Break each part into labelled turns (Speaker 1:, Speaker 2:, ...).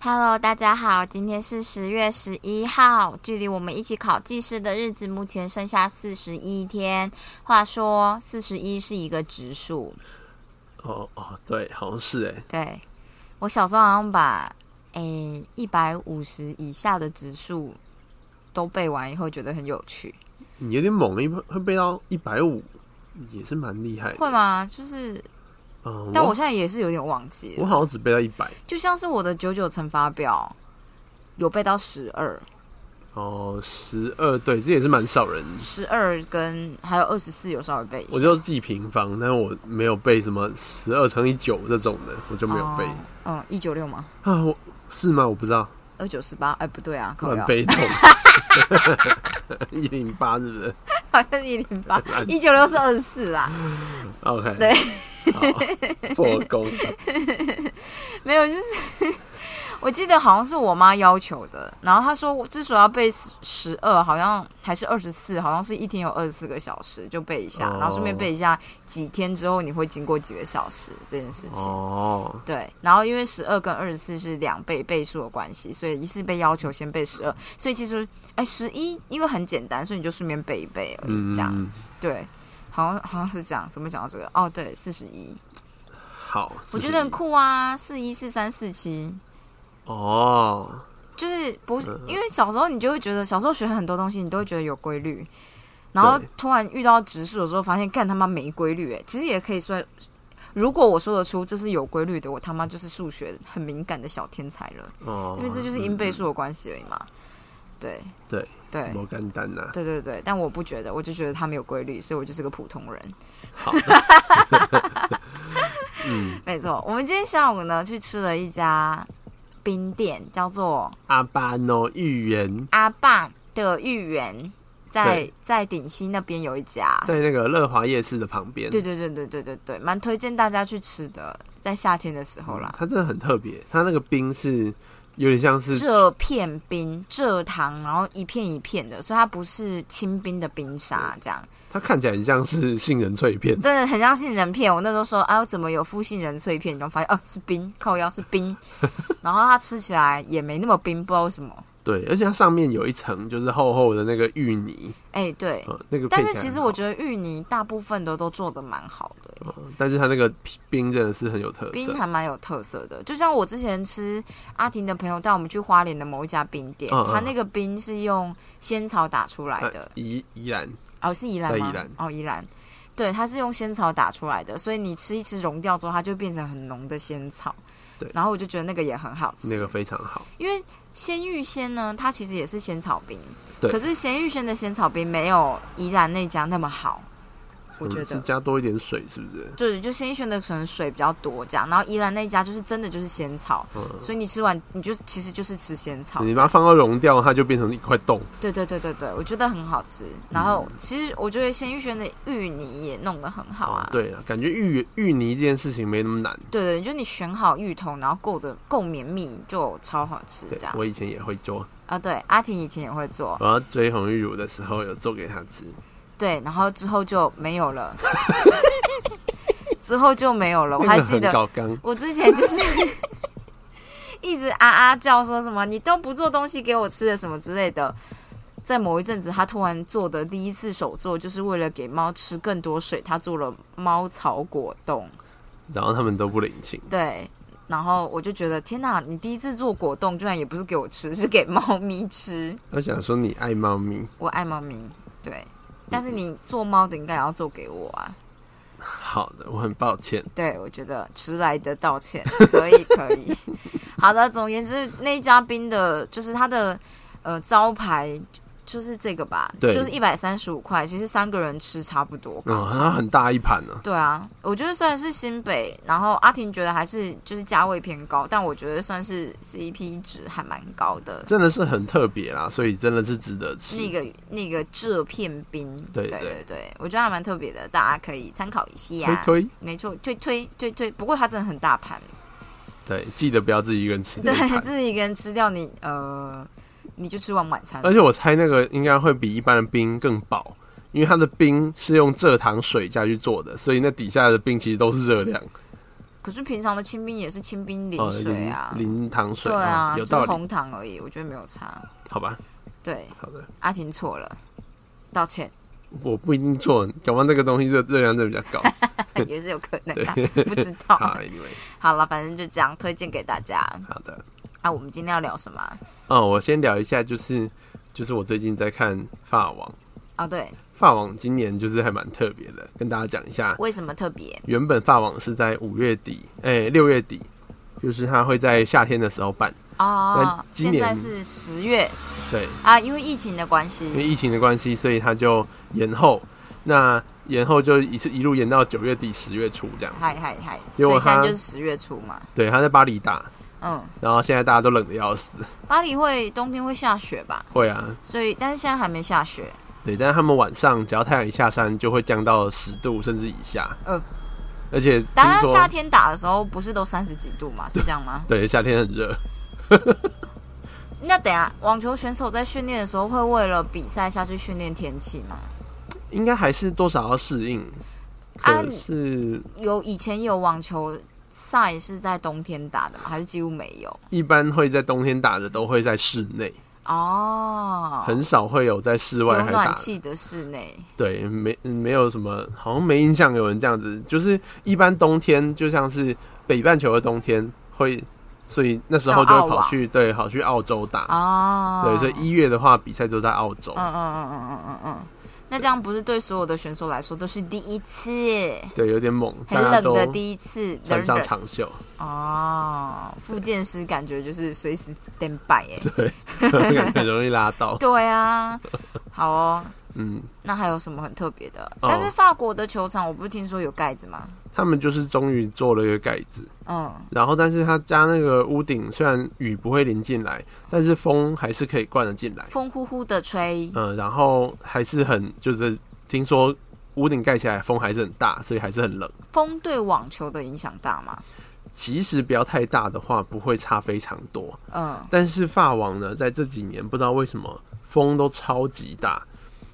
Speaker 1: Hello，大家好，今天是十月十一号，距离我们一起考技师的日子目前剩下四十一天。话说，四十一是一个植数，
Speaker 2: 哦哦，对，好像是哎，
Speaker 1: 对我小时候好像把诶一百五十以下的植数都背完以后，觉得很有趣，
Speaker 2: 你有点猛，一会背到一百五，也是蛮厉害的。
Speaker 1: 会吗？就是，
Speaker 2: 嗯，
Speaker 1: 但我
Speaker 2: 我
Speaker 1: 现在也是有点忘记
Speaker 2: 我
Speaker 1: 了，
Speaker 2: 好像只背到一百，
Speaker 1: 就像是我的九九乘法表有背到十二，
Speaker 2: 哦，十二，对，这也是蛮少人。
Speaker 1: 十二跟还有二十四有稍微背一下，
Speaker 2: 我就记平方，但是我没有背什么十二乘以九这种的，我就没有背、
Speaker 1: 哦嗯，一九六吗？
Speaker 2: 啊。我是吗？我不知道，
Speaker 1: 二九十八，哎，不对啊，靠
Speaker 2: 乱
Speaker 1: 腰，
Speaker 2: 背痛。 一零八是不是
Speaker 1: 好像是一零 八，一九六是二十四啊啦。
Speaker 2: ？OK，
Speaker 1: 对，
Speaker 2: 好，破 功。
Speaker 1: 没有，就是我记得好像是我妈要求的，然后她说我之所以要背十二，好像还是二十四，好像是一天有二十四个小时，就背一下，
Speaker 2: 哦
Speaker 1: 然后顺便背一下几天之后你会经过几个小时这件事情。
Speaker 2: 哦，
Speaker 1: 对，然后因为十二跟二十四是两倍倍数的关系，所以一是被要求先背十二，所以其实哎十一因为很简单，所以你就顺便背一背而已，
Speaker 2: 嗯
Speaker 1: 这样、，对，好像好像是这样。怎么讲到这个？哦，对，四十一，
Speaker 2: 嗯好，
Speaker 1: 我觉
Speaker 2: 41
Speaker 1: 得很酷啊，四一四三四七，
Speaker 2: 哦，
Speaker 1: 就是不是
Speaker 2: 嗯嗯
Speaker 1: 因为小时候你就会觉得小时候学很多东西，你都会觉得有规律，然后
Speaker 2: 对
Speaker 1: 突然遇到植树的时候，发现干他妈没规律哎、其实也可以说，如果我说得出这是有规律的，我他妈就是数学很敏感的小天才了，
Speaker 2: 哦，
Speaker 1: 因为这就是因倍数的关系而已嘛。对
Speaker 2: 对
Speaker 1: 对
Speaker 2: 摩干丹啊呐、
Speaker 1: 对对对，但我不觉得，我就觉得他没有规律，所以我就是个普通人。
Speaker 2: 好，嗯，
Speaker 1: 没错，我们今天下午呢去吃了一家冰店，叫做
Speaker 2: 阿巴诺芋圆
Speaker 1: 阿爸的芋圆，在
Speaker 2: 对
Speaker 1: 在顶溪那边有一家。
Speaker 2: 在那个乐华夜市的旁边。
Speaker 1: 对对对对对对对，蛮推荐大家去吃的，在夏天的时候啦。
Speaker 2: 它真的很特别，它那个冰是有点像嗯是
Speaker 1: 这片冰，蔗糖，然后一片一片的，所以它不是清冰的冰沙，这样
Speaker 2: 它看起来很像是杏仁脆片，
Speaker 1: 真的很像杏仁片。我那时候说，啊，我怎么有副杏仁脆片？然后发现，哦、是冰，靠腰是 冰，然后它吃起来也没那么冰，不知道为什么。
Speaker 2: 对，而且它上面有一层就是厚厚的那个芋泥，
Speaker 1: 哎，对，
Speaker 2: 呃，那个配
Speaker 1: 但
Speaker 2: 起来很好。
Speaker 1: 是其实我觉得芋泥大部分的都做的蛮好的、
Speaker 2: 得，哦但是它那个皮冰真的是很有特
Speaker 1: 冰
Speaker 2: 色。
Speaker 1: 还蛮有特色的。就像我之前吃阿婷的朋友带我们去花莲的某一家冰店，
Speaker 2: 嗯嗯
Speaker 1: 它那个冰是用仙草打出来的
Speaker 2: 呃，宜宜兰
Speaker 1: 哦，是宜兰吗？
Speaker 2: 哎在宜兰
Speaker 1: 哦，宜兰。对，它是用仙草打出来的，所以你吃一吃融掉之后，它就变成很浓的仙草。
Speaker 2: 对
Speaker 1: 然后我就觉得那个也很好吃，
Speaker 2: 那个非常好，
Speaker 1: 因为鲜芋仙呢，它其实也是仙草冰，
Speaker 2: 对
Speaker 1: 可是鲜芋仙的仙草冰没有宜兰那家那么好，我
Speaker 2: 嗯
Speaker 1: 觉
Speaker 2: 是
Speaker 1: 得。
Speaker 2: 加多一点水，是不是？
Speaker 1: 对，就鲜芋仙的可能水比较多这样，然后宜兰那家就是真的就是仙草，
Speaker 2: 嗯，
Speaker 1: 所以你吃完你就其实就是吃仙草这
Speaker 2: 你
Speaker 1: 样。
Speaker 2: 把它放到溶掉，它就变成一块冻。
Speaker 1: 对对对对对，我觉得很好吃。
Speaker 2: 嗯
Speaker 1: 然后其实我觉得鲜芋仙的芋泥也弄得很好啊。
Speaker 2: 对啊，感觉芋芋泥这件事情没那么难。
Speaker 1: 对对，就你选好芋头，然后够的够绵密，就超好吃
Speaker 2: 对
Speaker 1: 这，样
Speaker 2: 我以前也会做。
Speaker 1: 啊。对，阿婷以前也会做，
Speaker 2: 我要追红玉乳的时候，有做给他吃。
Speaker 1: 对，然后之后就没有 了，之后就没有了。我
Speaker 2: 那
Speaker 1: 还
Speaker 2: 个
Speaker 1: 记
Speaker 2: 很
Speaker 1: 得
Speaker 2: 高刚，
Speaker 1: 我之前就是 一直啊啊叫，说什么你都不做东西给我吃的什么之类的。在某一阵子，他突然做的第一次手作，就是为了给猫吃更多水，他做了猫草果冻。
Speaker 2: 然后他们都不领情。
Speaker 1: 对，然后我就觉得天哪，你第一次做果冻，居然也不是给我吃，是给猫咪吃。
Speaker 2: 我想说你爱猫咪，
Speaker 1: 我爱猫咪，对，但是你做猫的应该也要做给我啊。
Speaker 2: 好的，我很抱歉。
Speaker 1: 对，我觉得迟来的道歉 可以可以。 好的，总而言之，那一家冰的，就是它的呃招牌就是这个吧，
Speaker 2: 对
Speaker 1: 就是一百三十五块，其实三个人吃差不多吧。
Speaker 2: 哦，它很大一盘哦呢、
Speaker 1: 对啊，我觉得虽然是新北，然后阿婷觉得还是就是价位偏高，但我觉得算是 CP 值还蛮高的。
Speaker 2: 真的是很特别啦，所以真的是值得吃。
Speaker 1: 那个那个这片冰，
Speaker 2: 对
Speaker 1: 对
Speaker 2: 对
Speaker 1: 对我觉得还蛮特别的，大家可以参考一下。
Speaker 2: 推推，
Speaker 1: 没错，推推推推，不过它真的很大盘，
Speaker 2: 对，记得不要自己一个人吃那一
Speaker 1: 对
Speaker 2: 盘。
Speaker 1: 自己一个人吃掉你呃，你就吃完晚餐。
Speaker 2: 而且我猜那个应该会比一般的冰更饱，因为它的冰是用蔗糖水下去做的，所以那底下的冰其实都是热量。
Speaker 1: 可是平常的清冰也是清冰
Speaker 2: 哦
Speaker 1: 零，水啊，
Speaker 2: 零零糖水，
Speaker 1: 对啊，
Speaker 2: 哦有
Speaker 1: 就
Speaker 2: 道
Speaker 1: 是
Speaker 2: 理，
Speaker 1: 红糖而已，我觉得没有差。
Speaker 2: 好吧，
Speaker 1: 对，
Speaker 2: 好的，
Speaker 1: 阿婷错了，道 歉
Speaker 2: 我不一定做，搞不好那个东西热热量真的比较高，
Speaker 1: 也是有可能的、不知道。
Speaker 2: 好，anyway，
Speaker 1: 好了，反正就这样推荐给大家。
Speaker 2: 好的。
Speaker 1: 啊，我们今天要聊什么啊？
Speaker 2: 哦，我先聊一下，就是就是我最近在看《法网》，《
Speaker 1: 哦，对，
Speaker 2: 法网》今年就是还蛮特别的，跟大家讲一下。
Speaker 1: 为什么特别？
Speaker 2: 原本《法网》是在五月底，哎、六月底，就是它会在夏天的时候办。
Speaker 1: 哦
Speaker 2: 但，今
Speaker 1: 现
Speaker 2: 年
Speaker 1: 在是十月
Speaker 2: 对，
Speaker 1: 啊，因为疫情的关
Speaker 2: 因为
Speaker 1: 系，
Speaker 2: 疫情的关系，所以它就延后。那延后就一次一路延到九月底、十月初这样。
Speaker 1: 嗨嗨嗨，
Speaker 2: 结
Speaker 1: 所
Speaker 2: 果
Speaker 1: 以现在
Speaker 2: 他
Speaker 1: 就是十月初嘛。
Speaker 2: 对，它在巴黎打，
Speaker 1: 嗯，
Speaker 2: 然后现在大家都冷的要死。
Speaker 1: 巴黎会冬天会下雪吧？
Speaker 2: 会啊，
Speaker 1: 所以但是现在还没下雪。
Speaker 2: 对，但是他们晚上只要太阳一下山，就会降到十度甚至以下。
Speaker 1: 嗯，
Speaker 2: 而且听
Speaker 1: 当然
Speaker 2: 说
Speaker 1: 夏天打的时候不是都三十几度嘛？是这样 吗？
Speaker 2: 对夏天很热。
Speaker 1: 那等一下网球选手在训练的时候会为了比赛下去训练天气吗？
Speaker 2: 应该还是多少要适应。
Speaker 1: 啊
Speaker 2: 可是，
Speaker 1: 有以前有网球赛是在冬天打的吗？还是几乎没有？
Speaker 2: 一般会在冬天打的都会在室内，
Speaker 1: 哦，
Speaker 2: 很少会有在室外
Speaker 1: 有
Speaker 2: 还打
Speaker 1: 暖
Speaker 2: 的。
Speaker 1: 气的室内，
Speaker 2: 对，没没有什么，好像没印象有人这样子。就是一般冬天，就像是北半球的冬天会，所以那时候就
Speaker 1: 到澳
Speaker 2: 会跑
Speaker 1: 网
Speaker 2: 去对，跑去澳洲打。
Speaker 1: 哦，
Speaker 2: 对，所以一月的话，比赛都在澳洲。
Speaker 1: 嗯嗯嗯嗯嗯嗯嗯，那这样不是对所有的选手来说都是第一次，
Speaker 2: 对，有点猛，
Speaker 1: 很
Speaker 2: 大家
Speaker 1: 冷
Speaker 2: 都
Speaker 1: 的第一次，
Speaker 2: 穿上
Speaker 1: 冷冷
Speaker 2: 长袖。
Speaker 1: 哦，复健师感觉就是随时 stand by 哎，
Speaker 2: 对，感觉很容易拉到。
Speaker 1: 对啊，好哦。
Speaker 2: 嗯，
Speaker 1: 那还有什么很特别的？
Speaker 2: 哦
Speaker 1: 但是法国的球场，我不是听说有盖子吗？
Speaker 2: 他们就是终于做了一个盖子。
Speaker 1: 嗯，
Speaker 2: 然后，但是他家那个屋顶虽然雨不会淋进来，但是风还是可以灌得进来。
Speaker 1: 风呼呼的吹，
Speaker 2: 嗯，然后还是很就是听说屋顶盖起来风还是很大，所以还是很冷。
Speaker 1: 风对网球的影响大吗？
Speaker 2: 其实不要太大的话，不会差非常多。
Speaker 1: 嗯，
Speaker 2: 但是法网呢，在这几年不知道为什么风都超级大，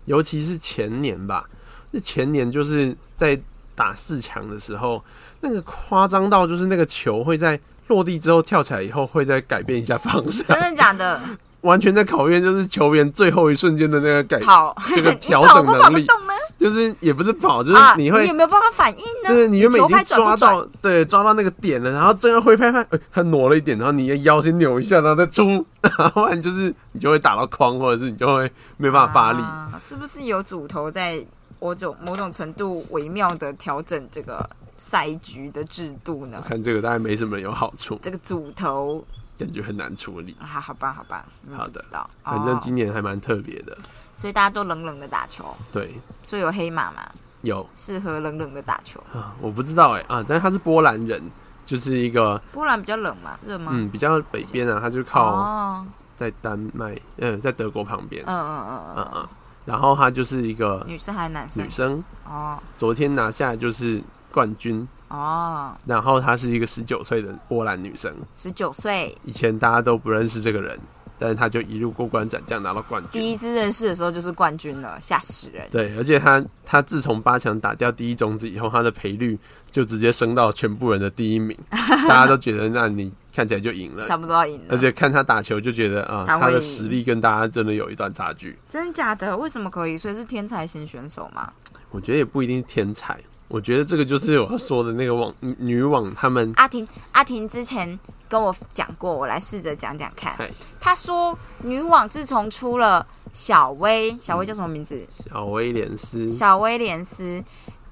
Speaker 2: 尤其是前年吧，那前年就是在打四强的时候，那个夸张到就是那个球会在落地之后跳起来以后会再改变一下方向。
Speaker 1: 真的假的？
Speaker 2: 完全在考验就是球员最后一瞬间的那个感，
Speaker 1: 跑，
Speaker 2: 哎这个
Speaker 1: 你
Speaker 2: 调
Speaker 1: 跑
Speaker 2: 整
Speaker 1: 不跑
Speaker 2: 能
Speaker 1: 得
Speaker 2: 力，
Speaker 1: 动呢？
Speaker 2: 就是也不是跑，就是
Speaker 1: 啊，
Speaker 2: 你会
Speaker 1: 有。没有办法反应呢？
Speaker 2: 就是你原本已
Speaker 1: 球拍
Speaker 2: 经
Speaker 1: 转
Speaker 2: 抓
Speaker 1: 不转？
Speaker 2: 到，对，抓到那个点了，然后正要挥拍拍，哎他挪了一点，然后你的腰先扭一下，然后再出， 然后不然就是你就会打到框，或者是你就会没办法发力。
Speaker 1: 啊是不是有主头在某种某种程度微妙的调整这个赛局的制度呢
Speaker 2: 我？看这个大概没什么有好处，
Speaker 1: 这个主头
Speaker 2: 感觉很难处理。
Speaker 1: 啊，好吧，好吧，嗯
Speaker 2: 好的
Speaker 1: 不知道。
Speaker 2: 反正
Speaker 1: 哦
Speaker 2: 今年还蛮特别的，
Speaker 1: 所以大家都冷冷的打球，
Speaker 2: 对，
Speaker 1: 所以有黑马嘛，
Speaker 2: 有
Speaker 1: 适合冷冷的打球。
Speaker 2: 啊，我不知道哎、啊，但是他是波兰人，就是一个
Speaker 1: 波兰比较冷嘛，热吗？
Speaker 2: 嗯比较北边啊，他就靠
Speaker 1: 哦，
Speaker 2: 在丹麦，嗯、在德国旁边，
Speaker 1: 嗯嗯嗯
Speaker 2: 嗯
Speaker 1: 嗯嗯，
Speaker 2: 嗯，然后她就是一个
Speaker 1: 女生还是男生
Speaker 2: 女？生，
Speaker 1: 哦
Speaker 2: 昨天拿下就是冠军，
Speaker 1: 哦，
Speaker 2: 然后她是一个十九岁的波兰女生，
Speaker 1: 十九岁，
Speaker 2: 以前大家都不认识这个人，但是她就一路过关斩将拿到冠
Speaker 1: 第
Speaker 2: 军。
Speaker 1: 一次认识的时候就是冠军了，吓死人。
Speaker 2: 对，而且她她自从八强打掉第一种子以后，她的赔率就直接升到全部人的第 一名，大家都觉得那你看起来就赢了，
Speaker 1: 差不多要赢了
Speaker 2: 呃而，且看她打球就觉得啊，
Speaker 1: 她
Speaker 2: 她
Speaker 1: 会
Speaker 2: 的
Speaker 1: 赢
Speaker 2: 实力跟大家真的有一段差距。
Speaker 1: 真的假的？为什么可以？所以是天才型选手吗？
Speaker 2: 我觉得也不一定是天才，我觉得这个就是我要说的那个网女女网，他们
Speaker 1: 阿婷，阿婷之前跟我讲过，我来试着讲讲看
Speaker 2: 嗨。
Speaker 1: 她说，女网自从出了小薇，小
Speaker 2: 嗯
Speaker 1: 薇叫什么名字？
Speaker 2: 小威廉斯，
Speaker 1: 小威廉斯，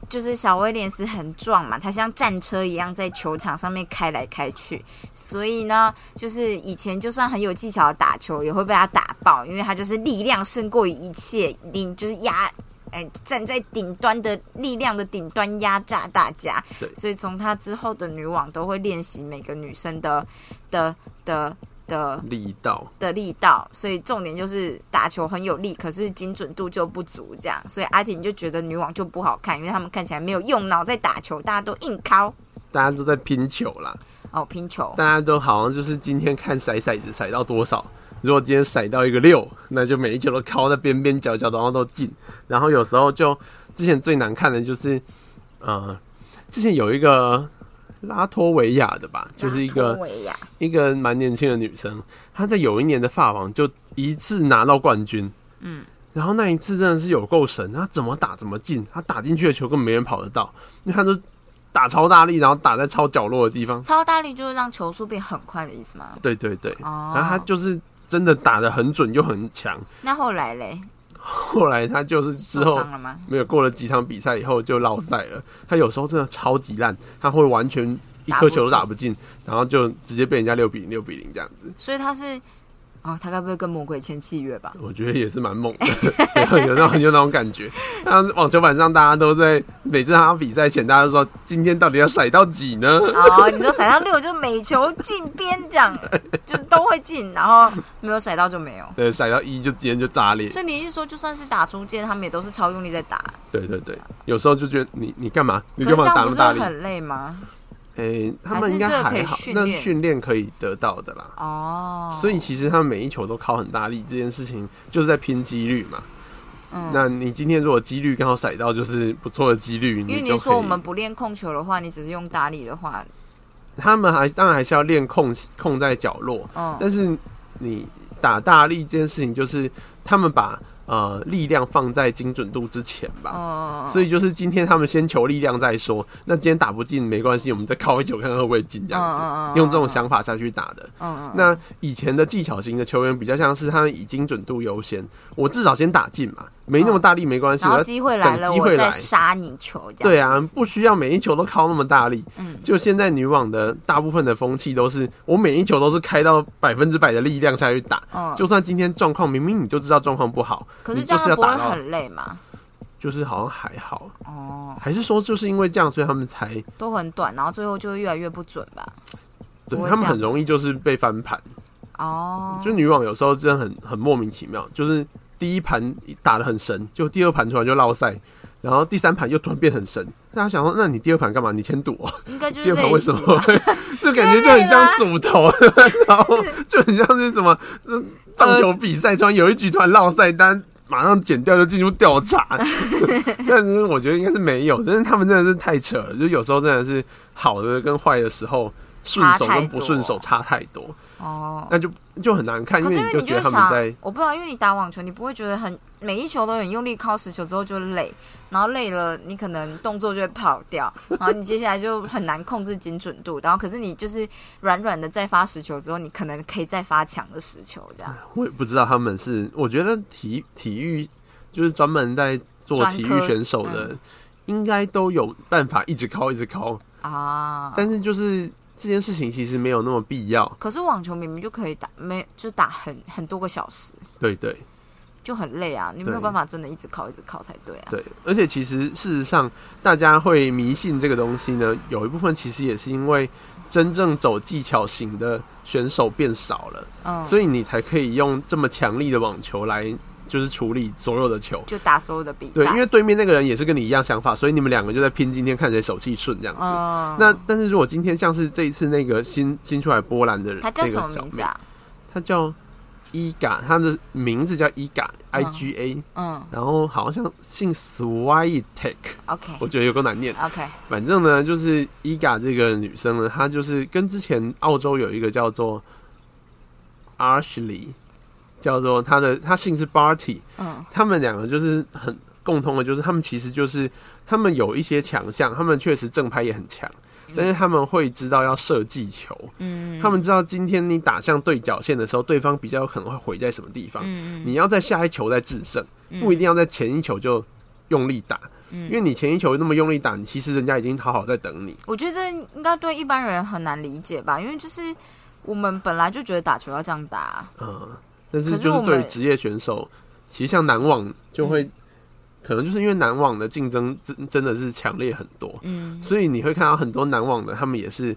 Speaker 1: 就是小威廉斯很壮嘛，他像战车一样在球场上面开来开去，所以呢，就是以前就算很有技巧的打球，也会被他打爆，因为他就是力量胜过于一切，领就是压。哎，站在顶端的力量的顶端压榨大家
Speaker 2: 对，
Speaker 1: 所以从他之后的女网都会练习每个女生的的的的
Speaker 2: 力道，
Speaker 1: 的力道，所以重点就是打球很有力，可是精准度就不足，这样，所以阿婷就觉得女网就不好看，因为他们看起来没有用脑在打球，大家都硬靠
Speaker 2: 大家都在拼球啦，
Speaker 1: 哦拼球
Speaker 2: 大家都好像就是今天看骰骰子骰到多少，如果今天骰到一个六，那就每一球都靠在边边角角，然后都进，然后有时候就之前最难看的就是，呃，之前有一个拉脱维亚的吧，就是一
Speaker 1: 拉
Speaker 2: 个
Speaker 1: 脱维亚
Speaker 2: 一个蛮年轻的女生，她在有一年的法网就一次拿到冠军。
Speaker 1: 嗯，
Speaker 2: 然后那一次真的是有够神，她怎么打怎么进，她打进去的球根本没人跑得到，因为她都打超大力，然后打在超角落的地方。
Speaker 1: 超大力就是让球速变很快的意思吗？
Speaker 2: 对对对，
Speaker 1: 哦，
Speaker 2: 然后她就是真的打得很准又很强。
Speaker 1: 那后来嘞，
Speaker 2: 后来她就是之
Speaker 1: 受
Speaker 2: 后
Speaker 1: 伤了吗？
Speaker 2: 没有过了几场比赛以后就落赛了。她有时候真的超级烂，她会完全一颗球都打不进，然后就直接被人家六比零六比零这样子。
Speaker 1: 所以他是哦，他该不会跟魔鬼签契约吧？
Speaker 2: 我觉得也是蛮猛的， 有有那种有那种感觉。那网球板上大家都在每次他比赛前，大家都说今天到底要甩到几呢？
Speaker 1: 哦，你说甩到六就每球进边这样， 就都会进，然后没有甩到就没有。
Speaker 2: 对，甩到一就今天就炸裂。
Speaker 1: 所以你是说，就算是打出界，他们也都是超用力在打，
Speaker 2: 对对对，有时候就觉得你你干嘛？你
Speaker 1: 可是
Speaker 2: 干
Speaker 1: 这
Speaker 2: 嘛打
Speaker 1: 样
Speaker 2: 那
Speaker 1: 不
Speaker 2: 么
Speaker 1: 是
Speaker 2: 大力？
Speaker 1: 很累吗？
Speaker 2: 诶、他们应该
Speaker 1: 还
Speaker 2: 还
Speaker 1: 是
Speaker 2: 好
Speaker 1: 这，个可以训
Speaker 2: 那
Speaker 1: 练
Speaker 2: 训练可以得到的啦。
Speaker 1: 哦，
Speaker 2: 所以其实他们每一球都靠很大力，这件事情就是在拼几率嘛。
Speaker 1: 嗯
Speaker 2: 那你今天如果几率刚好甩到，就是不错的几率，
Speaker 1: 因为
Speaker 2: 就
Speaker 1: 你
Speaker 2: 可以
Speaker 1: 说我们不练控球的话，你只是用大力的话，
Speaker 2: 他们还当然还是要练控控在角落，
Speaker 1: 嗯，
Speaker 2: 但是你打大力这件事情，就是他们把呃力量放在精准度之前吧。
Speaker 1: 哦，
Speaker 2: 所以就是今天他们先求力量再说，那今天打不进没关系，我们再靠一球看看会不会进这样子，
Speaker 1: 嗯
Speaker 2: 用这种，想法下去打的。
Speaker 1: 嗯嗯嗯嗯嗯嗯，
Speaker 2: 那以前的技巧型的球员比较像是他们以精准度优先，我至少先打进嘛，没那么大力没关
Speaker 1: 哦
Speaker 2: 系。
Speaker 1: 然
Speaker 2: 我
Speaker 1: 后
Speaker 2: 要
Speaker 1: 机会来
Speaker 2: 等
Speaker 1: 了，
Speaker 2: 机会
Speaker 1: 我再
Speaker 2: 来
Speaker 1: 杀你球，这
Speaker 2: 对
Speaker 1: 样
Speaker 2: 啊
Speaker 1: 子，
Speaker 2: 不需要每一球都靠那么大力。
Speaker 1: 嗯，
Speaker 2: 就现在女网的大部分的风气都是，我每一球都是开到百分之百的力量下去打，
Speaker 1: 嗯，
Speaker 2: 就算今天状况明明你就知道状况不好，
Speaker 1: 可是
Speaker 2: 你
Speaker 1: 这
Speaker 2: 就是
Speaker 1: 样
Speaker 2: 要
Speaker 1: 不会
Speaker 2: 打到，
Speaker 1: 很累嘛？
Speaker 2: 就是好像还好，
Speaker 1: 哦，
Speaker 2: 还是说就是因为这样，所以他们才
Speaker 1: 都很短，然后最后就会越来越不准吧？不
Speaker 2: 对
Speaker 1: 会
Speaker 2: 他们
Speaker 1: 这样
Speaker 2: 很容易就是被翻盘。
Speaker 1: 哦，
Speaker 2: 就女网有时候真的很很莫名其妙，就是第一盘打的很神，就第二盘突然就落赛，然后第三盘又突然变很神。那他想说，那你第二盘干嘛？你先赌、哦，
Speaker 1: 应该就
Speaker 2: 第
Speaker 1: 是啊
Speaker 2: 二盘
Speaker 1: 累
Speaker 2: 为什
Speaker 1: 死
Speaker 2: 么
Speaker 1: 吧，
Speaker 2: 会？这感觉就很
Speaker 1: 啊
Speaker 2: 像组头， 然后就很像是什么嗯棒球比赛，突然有一局突然落赛单。马上剪掉就进入调查， 这样子我觉得应该是没有，但是他们真的是太扯了，就有时候真的是好的跟坏的时候，顺手跟不顺手差太多。
Speaker 1: 哦。
Speaker 2: 那就就很难看，因
Speaker 1: 可是
Speaker 2: 为
Speaker 1: 因为
Speaker 2: 就
Speaker 1: 你
Speaker 2: 觉
Speaker 1: 就会
Speaker 2: 得他们
Speaker 1: 想
Speaker 2: 在，
Speaker 1: 我不知道，因为你打网球，你不会觉得很每一球都很用力，靠十球之后就累，然后累了，你可能动作就会跑 掉，然后你接下来就很难控制精准度，然后可是你就是软软的再发十球之后，你可能可以再发强的十球这样。
Speaker 2: 我也不知道他们是，我觉得体体育就是专门在做
Speaker 1: 专科嗯
Speaker 2: 体育选手的，应该都有办法一直靠一直靠，
Speaker 1: 啊。
Speaker 2: 但是就是这件事情其实没有那么必要，
Speaker 1: 可是网球明明就可以打，没就打很很多个小时，
Speaker 2: 对对
Speaker 1: 就很累啊，你没有
Speaker 2: 对
Speaker 1: 办法真的一直靠一直靠才对啊。
Speaker 2: 对，而且其实事实上大家会迷信这个东西呢，有一部分其实也是因为真正走技巧型的选手变少了，
Speaker 1: 嗯，
Speaker 2: 所
Speaker 1: 以
Speaker 2: 以你才可以用这么强力的网球来就是处理所有的球。
Speaker 1: 就打所有的比赛。
Speaker 2: 对，因为对面那个人也是跟你一样想法，所以你们两个就在拼今天看谁手气顺这样子。
Speaker 1: 嗯，
Speaker 2: 那但是如果今天像是这一次那个新新出来波兰的人，
Speaker 1: 他叫
Speaker 2: 那
Speaker 1: 什
Speaker 2: 个
Speaker 1: 么
Speaker 2: 小
Speaker 1: 名字
Speaker 2: 妹？
Speaker 1: 啊？
Speaker 2: 他叫伊嘎，他的名字叫伊嘎
Speaker 1: 嗯
Speaker 2: I G A，、
Speaker 1: 嗯
Speaker 2: 然后好像姓 Swiatek，
Speaker 1: ，OK
Speaker 2: 我觉得有够难念。
Speaker 1: OK，
Speaker 2: 反正呢，就是伊嘎这个女生呢，她就是跟之前澳洲有一个叫做 Ashley，叫做她的她姓是 Barty，
Speaker 1: 嗯
Speaker 2: 他们两个就是很共通的，就是他们其实就是他们有一些强项，他们确实正拍也很强，但是他们会知道要设计球，
Speaker 1: 嗯，
Speaker 2: 他们知道今天你打向对角线的时候，对方比较有可能会毁在什么地方，
Speaker 1: 嗯
Speaker 2: 你要在下一球再制胜，
Speaker 1: 嗯
Speaker 2: 不一定要在前一球就用力打，
Speaker 1: 嗯
Speaker 2: 因为你前一球那么用力打，你其实人家已经好好在等你。
Speaker 1: 我觉得这应该对一般人很难理解吧，因为就是我们本来就觉得打球要这样打啊，
Speaker 2: 嗯，但是
Speaker 1: 可是
Speaker 2: 就
Speaker 1: 我
Speaker 2: 是
Speaker 1: 们
Speaker 2: 对于职业选手，其实像男网就会，
Speaker 1: 嗯
Speaker 2: 可能就是因为男网的竞争真真的是强烈很多，
Speaker 1: 嗯，
Speaker 2: 所以你会看到很多男网的，他们也是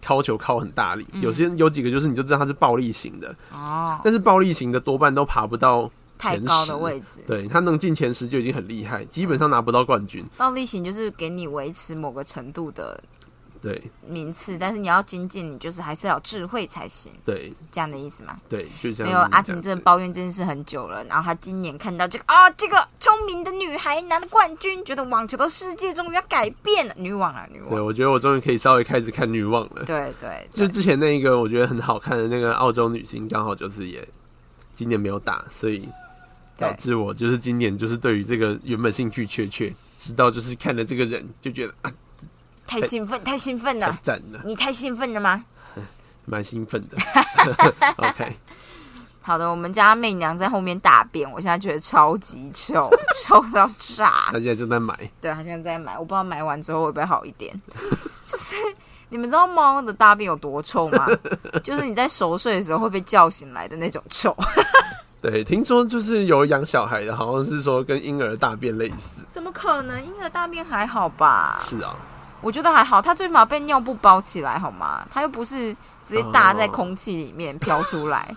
Speaker 2: 敲球敲很大力，
Speaker 1: 嗯
Speaker 2: 有些有几个就是你就知道他是暴力型的，
Speaker 1: 哦，
Speaker 2: 但是暴力型的多半都爬不到前
Speaker 1: 太
Speaker 2: 十
Speaker 1: 高的位置，
Speaker 2: 对他能进前十就已经很厉害，基本上拿不到冠军。
Speaker 1: 暴力型就是给你维持某个程度的
Speaker 2: 对
Speaker 1: 名次，但是你要精进，你就是还是要有智慧才行，
Speaker 2: 对
Speaker 1: 这样的意思吗？
Speaker 2: 对，就像
Speaker 1: 没有，阿
Speaker 2: 婷
Speaker 1: 婷真的抱怨这件事很久了。然后她今年看到这个啊，这个聪明的女孩拿了冠军，觉得网球的世界终于要改变了，女网啊，女
Speaker 2: 对，
Speaker 1: 网，
Speaker 2: 我觉得我终于可以稍微开始看女网了。
Speaker 1: 对对
Speaker 2: 就
Speaker 1: 对，
Speaker 2: 之前那一个我觉得很好看的那个澳洲女星，刚好就是也今年没有打，所以导致我就是今年就是对于这个原本兴趣缺缺，直到就是看了这个人就觉得啊
Speaker 1: 太兴奋，太兴奋
Speaker 2: 太
Speaker 1: 了，
Speaker 2: 赞了，
Speaker 1: 你太兴奋了吗？
Speaker 2: 蛮兴奋的。OK，
Speaker 1: 好的，我们家媚娘在后面大便，我现在觉得超级臭，臭到炸
Speaker 2: 他。现在正在买，
Speaker 1: 对，她现在在买，我不知道买完之后会不会好一 点。就是你们知道猫的大便有多臭 吗？就是你在熟睡的时候会被叫醒来的那种臭。
Speaker 2: 对，听说就是有养小孩的，好像是说跟婴儿大便类似。
Speaker 1: 怎么可能？婴儿大便还好吧？
Speaker 2: 是啊，
Speaker 1: 我觉得还好，它最起码被尿布包起来，好吗？它又不是直接搭在空气里面飘出来。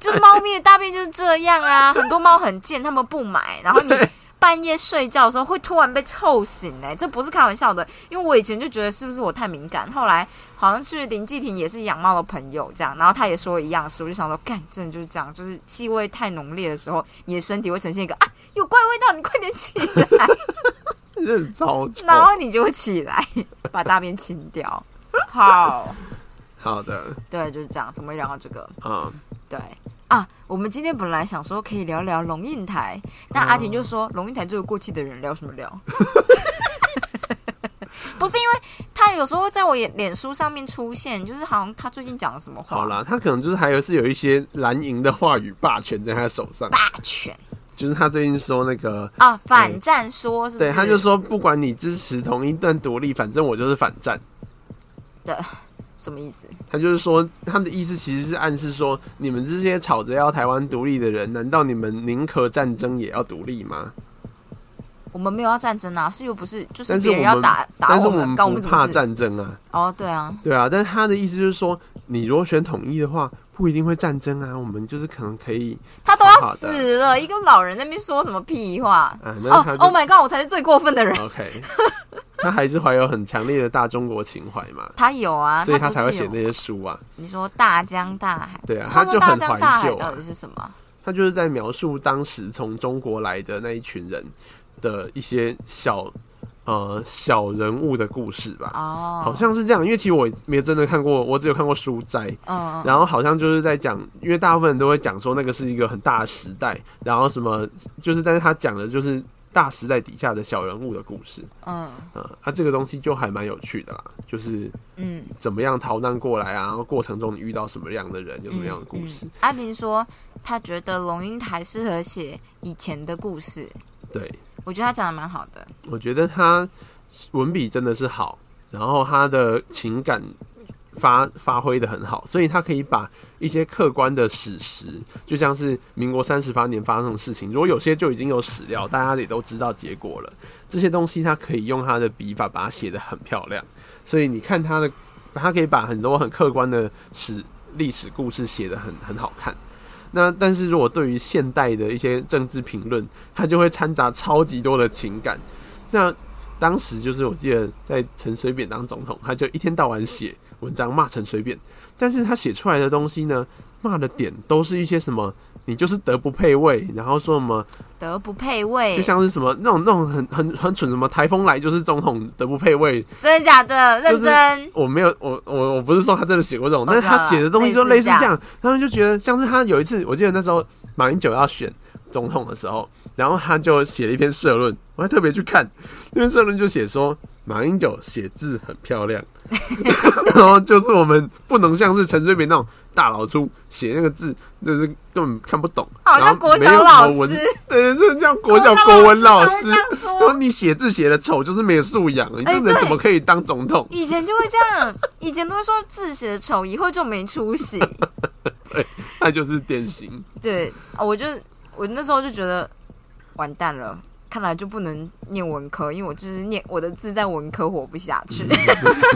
Speaker 1: 就猫咪的大便就是这样啊，很多猫很贱，它们不买，然后你
Speaker 2: 对
Speaker 1: 半夜睡觉的时候会突然被臭醒、欸，这不是开玩笑的。因为我以前就觉得是不是我太敏感，后来好像去林继廷也是养猫的朋友这样，然后他也说一样的事，我就想说，干，真的就是这样，就是气味太浓烈的时候，你的身体会呈现一个啊有怪味道，你快点起来。
Speaker 2: 真的超 臭。
Speaker 1: 然后你就会起来把大便清 掉。好，
Speaker 2: 好的
Speaker 1: 对，就是这样。怎么会聊到这个？
Speaker 2: 啊，
Speaker 1: 对啊，我们今天本来想说可以聊聊龙应台，但阿婷就说龙应台这个过气的人聊什么聊？ 不是因为他有时候会在我眼脸书上面出现，就是好像他最近讲了什么话，
Speaker 2: 好啦，他可能就是还有是有一些蓝营的话语霸权在他手上，
Speaker 1: 霸权
Speaker 2: 就是他最近说那个。
Speaker 1: 啊，反战说是不是？
Speaker 2: 对，他就说不管你支持同一段独立，反正我就是反战。
Speaker 1: 什么意思？
Speaker 2: 他就是说，他的意思其实是暗示说，你们这些吵着要台湾独立的人，难道你们宁可战争也要独立吗？
Speaker 1: 我们没有要战争啊，是又不是，就是
Speaker 2: 但是
Speaker 1: 别
Speaker 2: 我
Speaker 1: 人
Speaker 2: 们，
Speaker 1: 要打打
Speaker 2: 但是
Speaker 1: 我
Speaker 2: 我们
Speaker 1: 们，关我
Speaker 2: 不
Speaker 1: 们什
Speaker 2: 怕
Speaker 1: 么事？
Speaker 2: 战争啊，
Speaker 1: 哦，对啊，
Speaker 2: 对啊。但是他的意思就是说，你如果选统一的话，不一定会战争啊，我们就是可能可以
Speaker 1: 他都要死了，一个老人在那边说什么屁话？
Speaker 2: 啊，
Speaker 1: 哦
Speaker 2: 那他就、
Speaker 1: ，Oh my god，我才是最过分的人。
Speaker 2: OK，他还是怀有很强烈的大中国情怀嘛，
Speaker 1: 他有啊，
Speaker 2: 所以
Speaker 1: 他
Speaker 2: 他才会
Speaker 1: 不是
Speaker 2: 写
Speaker 1: 有
Speaker 2: 那些书啊。
Speaker 1: 你说大江大海，
Speaker 2: 对啊，
Speaker 1: 他
Speaker 2: 他
Speaker 1: 说
Speaker 2: 就
Speaker 1: 大
Speaker 2: 很
Speaker 1: 江
Speaker 2: 怀
Speaker 1: 大海
Speaker 2: 旧啊
Speaker 1: 到底。是什 么？
Speaker 2: 他就是在描述当时从中国来的那一群人的一些小呃小人物的故事吧，
Speaker 1: 哦，
Speaker 2: 好像是这样。因为其实我没有真的看过，我只有看过书斋，
Speaker 1: 嗯，嗯，
Speaker 2: 然后好像就是在讲，因为大部分人都会讲说那个是一个很大的时代，然后什么就是，但是他讲的就是大时代底下的小人物的故事
Speaker 1: 嗯
Speaker 2: 啊、呃啊，这个东西就还蛮有趣的啦，就是
Speaker 1: 嗯，
Speaker 2: 怎么样逃难过来啊，然后过程中你遇到什么样的人，有什么样的故事，
Speaker 1: 嗯嗯阿婷说，她觉得龙应台适合写以前的故事，
Speaker 2: 对。
Speaker 1: 我觉得他讲的蛮好的。
Speaker 2: 我觉得他文笔真的是好，然后他的情感发发挥的很好，所以他可以把一些客观的史实，就像是民国三十八年发生的事情，如果有些就已经有史料，大家也都知道结果了，这些东西他可以用他的笔法把它写得很漂亮，所以你看他的，他可以把很多很客观的史历史故事写得很很好看。那但是如果对于现代的一些政治评论，他就会掺杂超级多的情感，那当时就是我记得在陈水扁当总统，他就一天到晚写文章骂陈水扁，但是他写出来的东西呢，骂的点都是一些什么，你就是德不配位，然后说什么
Speaker 1: 德不配位
Speaker 2: 就，像是什么那种那种很很很蠢，什么台风来就是总统德不配位，
Speaker 1: 真的假的？认
Speaker 2: 就是
Speaker 1: 真，
Speaker 2: 我没有，我我我不是说他真的写过这
Speaker 1: 我
Speaker 2: 种，但
Speaker 1: 知
Speaker 2: 是
Speaker 1: 道
Speaker 2: 他写的东西就
Speaker 1: 哦啊类
Speaker 2: 类
Speaker 1: 似
Speaker 2: 似
Speaker 1: 这样
Speaker 2: 这样，他们就觉得像是他有一次，我记得那时候马英九要选总统的时候，然后他就写了一篇社论，我还特别去看 那篇社论，就写说马英九写字很漂亮， 然后就是我们不能像是陈水扁那种大老粗写那个字，就是根本看不懂，
Speaker 1: 好
Speaker 2: 然
Speaker 1: 哦像
Speaker 2: 后
Speaker 1: 国
Speaker 2: 没有
Speaker 1: 小
Speaker 2: 什
Speaker 1: 老
Speaker 2: 么
Speaker 1: 师
Speaker 2: 文，，对，这叫国小国文老师
Speaker 1: 才会。这样说
Speaker 2: 说你写字写的丑就是没有素养，你
Speaker 1: 哎
Speaker 2: 这人
Speaker 1: 对
Speaker 2: 怎么可以当总统？
Speaker 1: 以前就会这样，以前都会说字写的丑，以后就没出息。
Speaker 2: 他就是典型。
Speaker 1: 对，啊我就我那时候就觉得完蛋了，看来就不能念文科，因为我就是念我的字在文科活不下
Speaker 2: 嗯
Speaker 1: 去，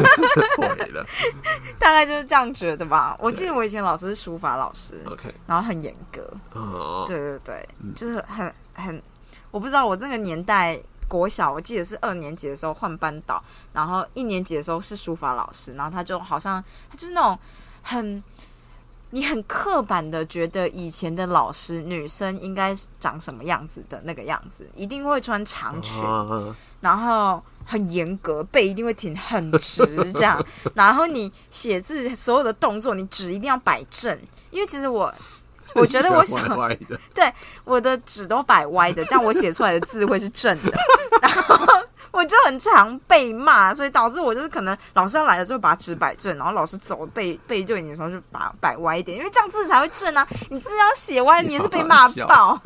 Speaker 2: 毁了。
Speaker 1: 大概就是这样觉得吧。我记得我以前老师是书法老师，
Speaker 2: OK，
Speaker 1: 然后很严格，
Speaker 2: 哦，
Speaker 1: 对对对，
Speaker 2: 嗯
Speaker 1: 就是很很，我不知道我这个年代国小，我记得是二年级的时候换班导，然后一年级的时候是书法老师，然后他就好像他就是那种很。你很刻板的觉得以前的老师女生应该长什么样子的那个样子，一定会穿长裙，
Speaker 2: 啊，
Speaker 1: 然后很严格，背一定会挺很直这样， 然后你写字所有的动作，你纸一定要摆正，因为其实我我觉得我
Speaker 2: 喜
Speaker 1: 小
Speaker 2: 欢歪的，
Speaker 1: 我的纸都摆歪的，这样我写出来的字会是正 的，然后。我就很常被骂，所以导致我就是可能老师要来的时候把纸摆正，然后老师走背背对你的时候就把摆歪一点，因为这样字才会正啊。你字要写歪，你也是被骂
Speaker 2: 你好
Speaker 1: 爆。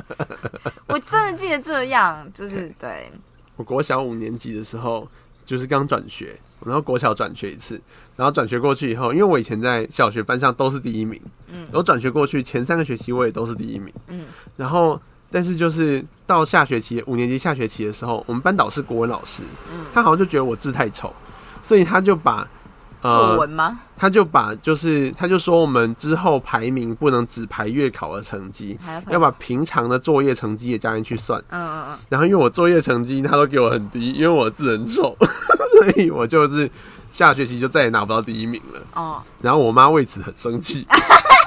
Speaker 1: 我真的记得这样，就是对，
Speaker 2: 我国小五年级的时候，就是刚转学，然后国小转学一次，然后转学过去以后，因为我以前在小学班上都是第一名，
Speaker 1: 嗯
Speaker 2: 然后转学过去前三个学期我也都是第一名，
Speaker 1: 嗯，
Speaker 2: 然后但是就是到下学期五年级下学期的时候，我们班导是国文老师，
Speaker 1: 嗯
Speaker 2: 他好像就觉得我字太丑，所以他就把
Speaker 1: 作文吗？
Speaker 2: 他就把就是他就说我们之后排名不能只排月考的成绩，
Speaker 1: 还要
Speaker 2: 要把平常的作业成绩也加进去算。
Speaker 1: 嗯嗯嗯，
Speaker 2: 然后因为我作业成绩他都给我很低，因为我字很丑， 所以我就是下学期就再也拿不到第一名了。
Speaker 1: 哦，
Speaker 2: 然后我妈为此很生气，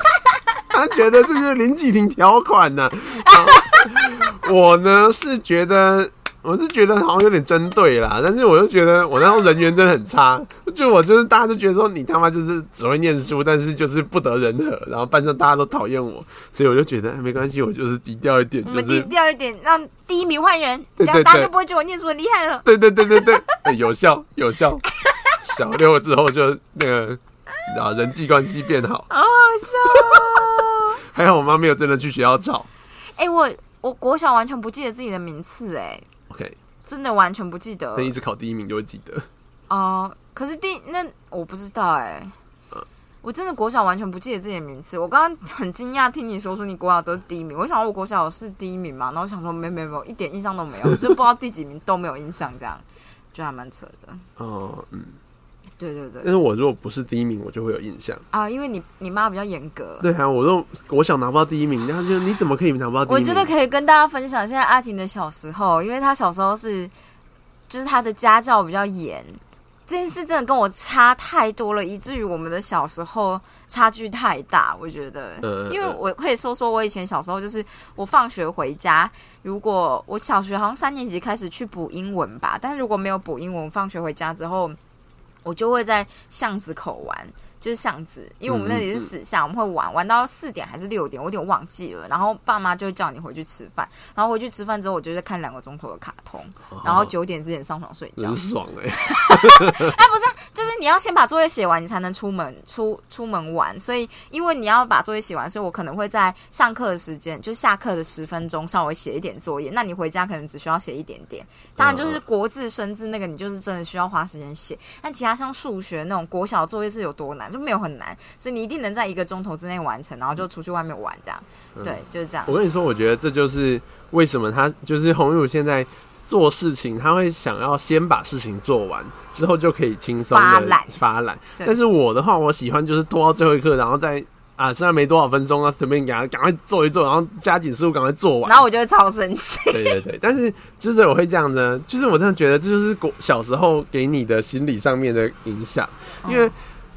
Speaker 2: 她觉得这就是林继廷条款呢、然后我呢是觉得。我是觉得好像有点针对啦，但是我就觉得我那时候人缘真的很差，就我就是大家就觉得说你他妈就是只会念书，但是就是不得人和，然后班上大家都讨厌我，所以我就觉得哎没关系，我就是低调一点，
Speaker 1: 我
Speaker 2: 就
Speaker 1: 们低
Speaker 2: 是
Speaker 1: 调一点，让第一名换人，这
Speaker 2: 对
Speaker 1: 样
Speaker 2: 对
Speaker 1: 大家
Speaker 2: 对
Speaker 1: 就不会觉得我念书很厉害了。
Speaker 2: 对对对对对，哎有效有效。小六之后就那个，啊，人际关系变 好。
Speaker 1: 好好笑、哦！
Speaker 2: 还好我妈没有真的去学校吵。
Speaker 1: 哎、我我国小完全不记得自己的名次、哎，
Speaker 2: OK，
Speaker 1: 真的完全不记得
Speaker 2: 那一直考第一名就会记得。
Speaker 1: 哦、可是第那我不知道、哎，我真的国小完全不记得自己的名次。我刚刚很惊讶听你说出你国小都是第一名，我想我国小是第一名嘛，然后我想说没没没有，一点印象都没有，就不知道第几名都没有印象，这样就还蛮扯的。
Speaker 2: 哦、嗯，
Speaker 1: 对对
Speaker 2: 但
Speaker 1: 对
Speaker 2: 是我如果不是第一名，我就会有印象。
Speaker 1: 啊，因为你你妈比较严格，
Speaker 2: 对啊，我都国小拿不到第一名，然后就你怎么可以拿不到第一
Speaker 1: 我
Speaker 2: 名？
Speaker 1: 觉得可以跟大家分享一下阿婷的小时候，因为她小时候是，就是她的家教比较严，这件事真的跟我差太多了，以至于我们的小时候差距太大。我觉得，
Speaker 2: 嗯嗯
Speaker 1: 因为
Speaker 2: 嗯
Speaker 1: 我可以说说我以前小时候，就是我放学回家，如果我小学好像三年级开始去补英文吧，但是如果没有补英文，放学回家之后，我就会在巷子口玩。就是巷子，因为我们那里
Speaker 2: 嗯
Speaker 1: 是死巷，我们会玩玩到四点还是六点，我有点忘记了。然后爸妈就会叫你回去吃饭，然后回去吃饭之后，我就会看两个钟头的卡通，
Speaker 2: 哦
Speaker 1: 然后九点之前上床睡觉
Speaker 2: 真。爽哎、
Speaker 1: 就是你要先把作业写完，你才能出门出出门玩。所以，因为你要把作业写完，所以我可能会在上课的时间，就下课的十分钟稍微写一点作业。那你回家可能只需要写一点点。当然，
Speaker 2: 嗯
Speaker 1: 就是国字、生字那个，你就是真的需要花时间写。但其他像数学那种国小作业是有多难，就没有很难，所以你一定能在一个钟头之内完成，然后就出去外面玩这样。
Speaker 2: 嗯
Speaker 1: 对，就是这样。
Speaker 2: 我跟你说，我觉得这就是为什么他就是洪儒现在做事情，他会想要先把事情做完，之后就可以轻松的
Speaker 1: 发懒
Speaker 2: 发懒。
Speaker 1: 对
Speaker 2: 但是我的话，我喜欢就是拖到最后一刻，然后再啊，虽然没多少分钟啊，随便给他赶快做一做，然后加紧速度赶快做完
Speaker 1: 然。后我就会超生气。
Speaker 2: 对对对，但是就是我会这样呢，就是我真的觉得这就是国小时候给你的心理上面的影响，
Speaker 1: 哦
Speaker 2: 因为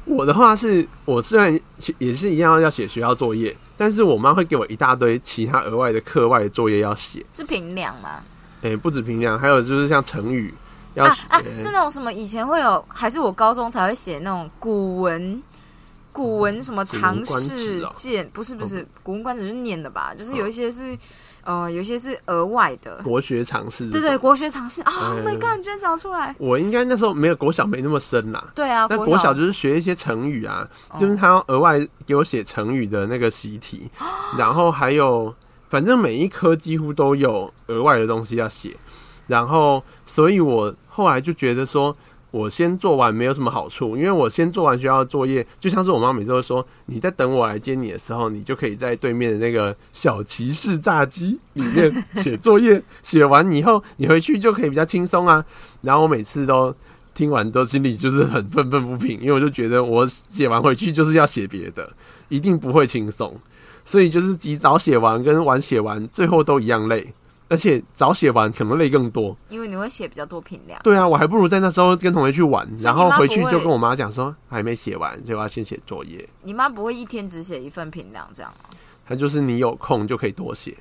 Speaker 2: 我的话是我虽然也是一样要写学校作业，但是我妈会给我一大堆其他额外的课外的作业要写，
Speaker 1: 是平凉吗？
Speaker 2: 诶、不止评量，还有就是像成语要
Speaker 1: 啊
Speaker 2: 学，
Speaker 1: 啊，是那种什么以前会有，还是我高中才会写那种古文，古
Speaker 2: 嗯
Speaker 1: 文什么常识
Speaker 2: 啊
Speaker 1: 见，不是不
Speaker 2: 哦
Speaker 1: 是，古文观止是念的吧？就是有一些是，呃，有一些是额外的，
Speaker 2: 国学常识这
Speaker 1: 对
Speaker 2: 种。
Speaker 1: 对，国学常识啊
Speaker 2: 嗯
Speaker 1: ，Oh my god，你居然讲出来！
Speaker 2: 我应该那时候没有国小没那么深啦，
Speaker 1: 对啊，
Speaker 2: 但国小
Speaker 1: 小
Speaker 2: 就是学一些成语啊，
Speaker 1: 哦
Speaker 2: 就是他要额外给我写成语的那个习题，然后还有，反正每一科几乎都有额外的东西要写，然后，所以我后来就觉得说。我先做完没有什么好处，因为我先做完学校的作业，就像是我妈每次会说，你在等我来接你的时候，你就可以在对面的那个小骑士炸鸡里面写作业，写完以后你回去就可以比较轻松啊。然后我每次都听完都心里就是很愤愤不平，因为我就觉得我写完回去就是要写别的，一定不会轻松，所以就是及早写完跟晚写完最后都一样累。而且早写完可能累更多。
Speaker 1: 因为你会写比较多品量。
Speaker 2: 对啊，我还不如在那时候跟同学去玩，
Speaker 1: 所以
Speaker 2: 然
Speaker 1: 你
Speaker 2: 后
Speaker 1: 妈
Speaker 2: 回
Speaker 1: 不
Speaker 2: 去
Speaker 1: 会
Speaker 2: 就跟我妈讲说还没写完，就要先写作业。
Speaker 1: 你妈不会一天只写一份品量这样吗
Speaker 2: 它就是你有空就可以多写，